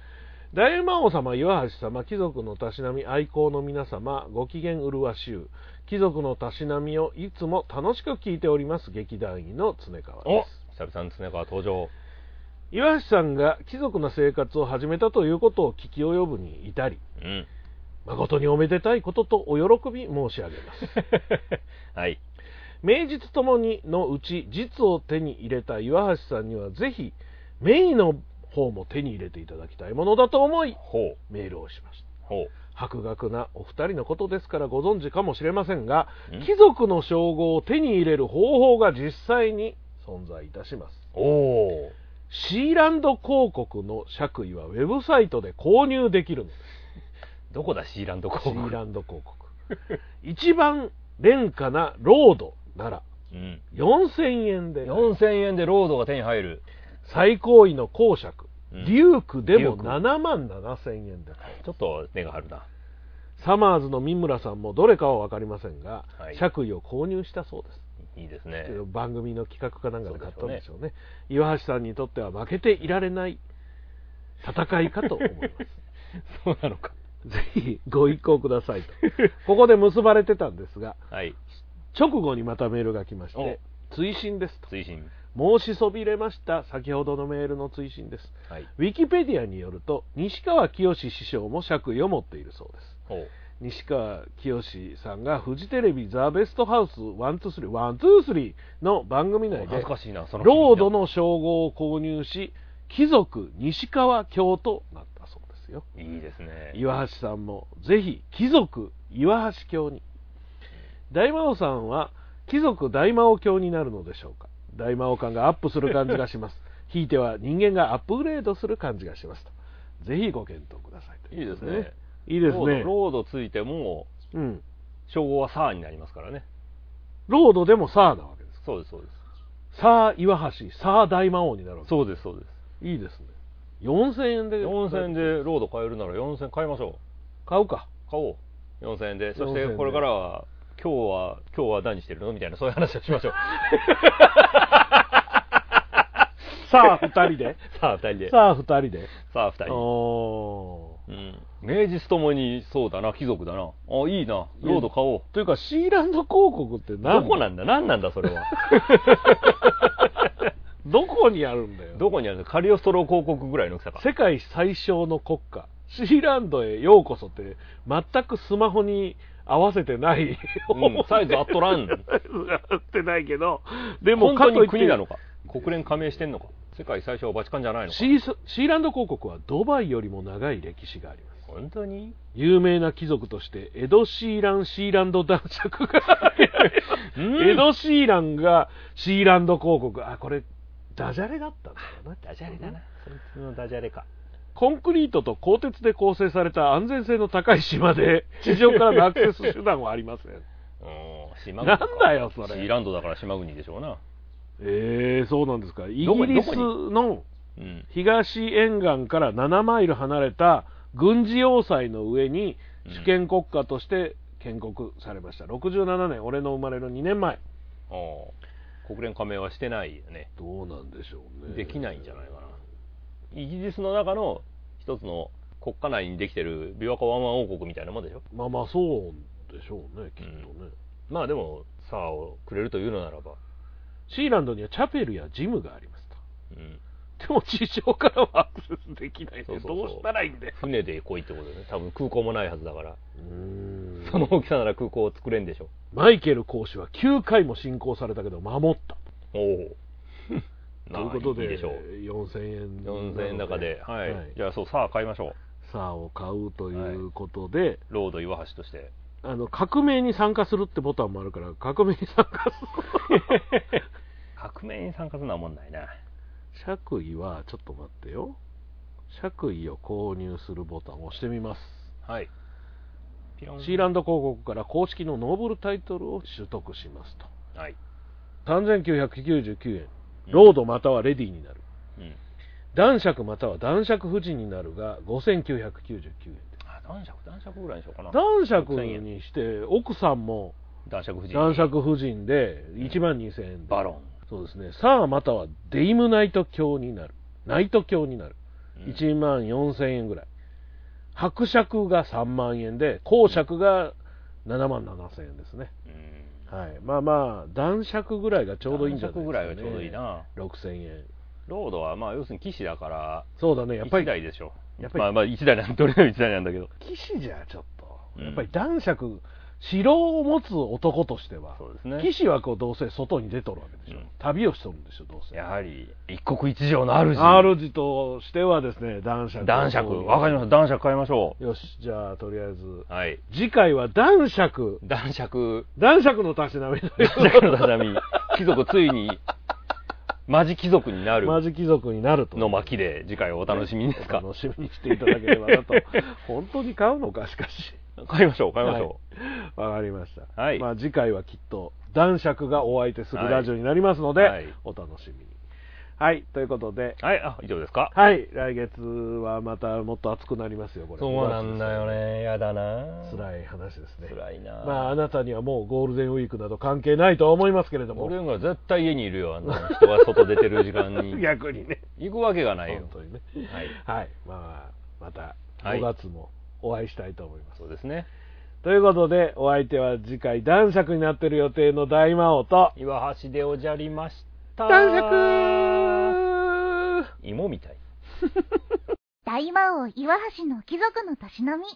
S1: 大魔王様、岩橋様、貴族のたしなみ、愛好の皆様、ご機嫌うるわしゅう、貴族のたしなみをいつも楽しく聞いております、劇団員の常川
S2: お
S1: です。
S2: 久々に常川登場
S1: 岩橋さんが貴族な生活を始めたということを聞き及ぶに至り、
S2: うん
S1: 誠におめでたいこととお喜び申し上げます。
S2: はい
S1: 名実ともにのうち実を手に入れた岩橋さんには、ぜひ、名医の方も手に入れていただきたいものだと思い、
S2: ほう
S1: メールをしました。
S2: ほう
S1: 博学なお二人のことですからご存知かもしれませんが
S2: ん
S1: 貴族の称号を手に入れる方法が実際に存在いたします
S2: おお
S1: シーランド広告の爵位はウェブサイトで購入できるのです
S2: どこだシーランド
S1: シ
S2: 広
S1: ー
S2: 告
S1: ランド広告一番廉価なロードなら
S2: うん
S1: 4000円で
S2: 4000円でロードが手に入る
S1: 最高位の公爵
S2: うん
S1: デュークでも
S2: デューク
S1: 7万7000円で買える
S2: ちょっと根が張るな
S1: サマーズの三村さんもどれかは分かりませんが、
S2: はい
S1: 爵位を購入したそうです
S2: いいですね
S1: 番組の企画かなんかで買ったんでしょうね岩橋さんにとっては負けていられない戦いかと思います [laughs]
S2: そうなのか
S1: ぜひご一行くださいとここで結ばれてたんですが
S2: はい
S1: 直後にまたメールが来まして追伸ですと
S2: 追伸
S1: 申しそびれました先ほどのメールの追伸です
S2: はい
S1: ウィキペディアによると西川きよし師匠も爵位を持っているそうです
S2: ほう
S1: 西川きよしさんがフジテレビ「ザ・ベストハウス123」123の番組内で
S2: 懐かしいなその
S1: ロードの称号を購入し貴族西川京となったそうですよ
S2: いいですね
S1: 岩橋さんもぜひ貴族岩橋京に大魔王さんは貴族大魔王教になるのでしょうか大魔王感がアップする感じがし
S2: [laughs]
S1: ますひいては人間がアップグレードする感じがしますとぜひご検討くださいと
S2: いいですね
S1: いいですね
S2: ロードロードついても
S1: うん、
S2: 称号はサーになりますからね
S1: ロードでもサーなわけで
S2: そうですそうです
S1: すサー岩橋サー大魔王になるわけ
S2: そうですそうです
S1: いいですね4000円で
S2: 4000円でロード買えるなら4000円買いましょ
S1: 買うか
S2: う買おう4000円でそ
S1: 4000
S2: し
S1: 円
S2: て
S1: で
S2: これからは今日は今日は何してるのみたいなそういう話をしま
S1: [laughs]
S2: しょう
S1: さあ2人
S2: [laughs]
S1: で
S2: さあ2人でさ
S1: さあ2人で
S2: あ2人
S1: お
S2: うん名実ともにそうだな貴族だなあいいなロード買おう
S1: ーというかシーランド広告って
S2: ど
S1: 何
S2: こなんだ何なんだそ
S1: [laughs]
S2: れは
S1: どこにあるんだよ
S2: どこにあるのカリオストロ広告ぐらいの大きさか
S1: 世界最小の国家シーランドへようこそって全くスマホに合わせてない、 [laughs]
S2: うんサイズあっとらん
S1: 合ってないけどでも
S2: 本
S1: か
S2: 当
S1: とい
S2: に
S1: っ
S2: 国
S1: て
S2: なのか国連加盟してんのか世界最初はバチカンじゃないのか
S1: シースシーランド公国はドバイよりも長い歴史があります
S2: 本当に
S1: 有名な貴族としてエド・シーラン・シーランド男爵が
S2: うん
S1: エド・シーランがシーランド公国あこれダジャレだったんだよな
S2: ダジャレだなそいつのダジャレか
S1: コンクリートと鋼鉄で構成された安全性の高い島
S2: [laughs]
S1: で地上からのアクセス手段はありません
S2: うん島
S1: な
S2: 国
S1: ん
S2: か
S1: だよそれ
S2: シーランドだから島国でしょうな
S1: えー、そうなんですかイギ
S2: どこ
S1: リ
S2: にど
S1: ス
S2: こに
S1: の
S2: うん
S1: 東沿岸から7マイル離れた軍事要塞の上に
S2: うん
S1: 主権国家として建国されました、67年俺の生まれの2年前
S2: ああ国連加盟はしてないよね
S1: どうなんでしょうね
S2: できないんじゃないかなイギリスの中の一つの国家内にできてる琵琶湖ワンワン王国みたいなもんでしょ
S1: まあまあそうでしょうねきっとね、
S2: まあでもさあをくれるというのならば、
S1: シーランドにはチャペルやジムがありますと
S2: うん、
S1: でも地上からはアクセスできないん
S2: そう
S1: で
S2: そうそう
S1: どうしたらいいんで
S2: 船で来いってことでね多分空港もないはずだから
S1: うーん
S2: その大きさなら空港を作れんでしょ
S1: マイケル講師は9回も進行されたけど守った
S2: おお
S1: ということで
S2: いいでしょう
S1: 4000円なの
S2: 4000円の中で、はいじゃあそうさあ買いましょう
S1: さあを買うということで、
S2: ロード岩橋として
S1: あの革命に参加するってボタンもあるから革命に参加する
S2: [laughs] 革命に参加するのはもんないな
S1: 爵位はちょっと待ってよ爵位を購入するボタンを押してみます
S2: はいピロン
S1: シーランド広告から公式のノーブルタイトルを取得しますと
S2: はい、
S1: 3999円ロードまたはレディーになる、
S2: うん、
S1: 男爵または男爵夫人になるが5999円
S2: あ男爵男爵ぐらいにしようかな
S1: 男爵
S2: 6000円
S1: にして奥さんも
S2: 男爵夫人
S1: 男爵夫人で1万2000円で
S2: バロ
S1: そうですねさあまたはデイムナイト教になるナイト教になる
S2: ン、うん
S1: 1万4000円ぐらい伯爵が3万円で公爵が7万7000円ですね、
S2: うん
S1: はい、まあまあ男爵ぐらいがちょうどいいんじゃない
S2: 男爵ぐらいがちょうどいいな
S1: 6000円
S2: ロードはまあ要するに騎士だから
S1: そうだねやっぱ
S2: 1
S1: り
S2: 台でしょ
S1: やっぱり
S2: まあまあ1台なん [laughs] どれでも1台なんだけど
S1: 騎士じゃちょっ
S2: う
S1: と
S2: ん
S1: やっぱり男爵城を持つ男としては
S2: そうですね
S1: 騎士はこうどうせ外に出とるわけでしょ、
S2: うん
S1: 旅をしとるんでしょどうせ
S2: やはり一国一城の主
S1: R 字としてはですね男爵
S2: 男爵わかりました男爵買いましょ
S1: よしじゃあとりあえず
S2: うはい
S1: 次回は男爵 [laughs]
S2: 男爵
S1: 男爵のたしなみとい
S2: 男爵のたしなみ貴族ついにマジ貴族にな
S1: う
S2: る
S1: マジ貴族になると
S2: の巻で次回お楽しみですか
S1: お楽しみにしていただければな
S2: [laughs]
S1: と本当に買うのかしかし
S2: 買いましょう買いましょ
S1: うわ、かりました、
S2: はい
S1: まあ、次回はきっと男爵がお相手する
S2: はい
S1: ラジオになりますので、
S2: はい
S1: お楽しみにはいということで
S2: うはいあ以上ですか
S1: はい来月はまたもっと暑くなりますよこれ
S2: ねやだない
S1: 辛い話ですね
S2: 辛いな
S1: まあ、あなたにはもうゴールデンウィークなど関係ないとは思いますけれど
S2: 俺
S1: も、
S2: が絶対家にいるよあんな人が外出てる時間
S1: [laughs]
S2: に
S1: 逆にね、
S2: 行くわけがないよ
S1: 本当にね、
S2: はい
S1: はい、まあ、また
S2: はい
S1: 5月もお会いしたいと思います。
S2: そうですね
S1: ということで、お相手は次回、男爵になってる予定の大魔王と、
S2: 岩橋でおじゃりました
S1: 男爵
S2: 芋みたい
S4: 大魔王岩橋の貴族のたしなみ。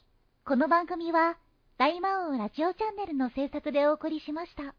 S4: この番組は、大魔王ラジオチャンネルの制作でお送りしました。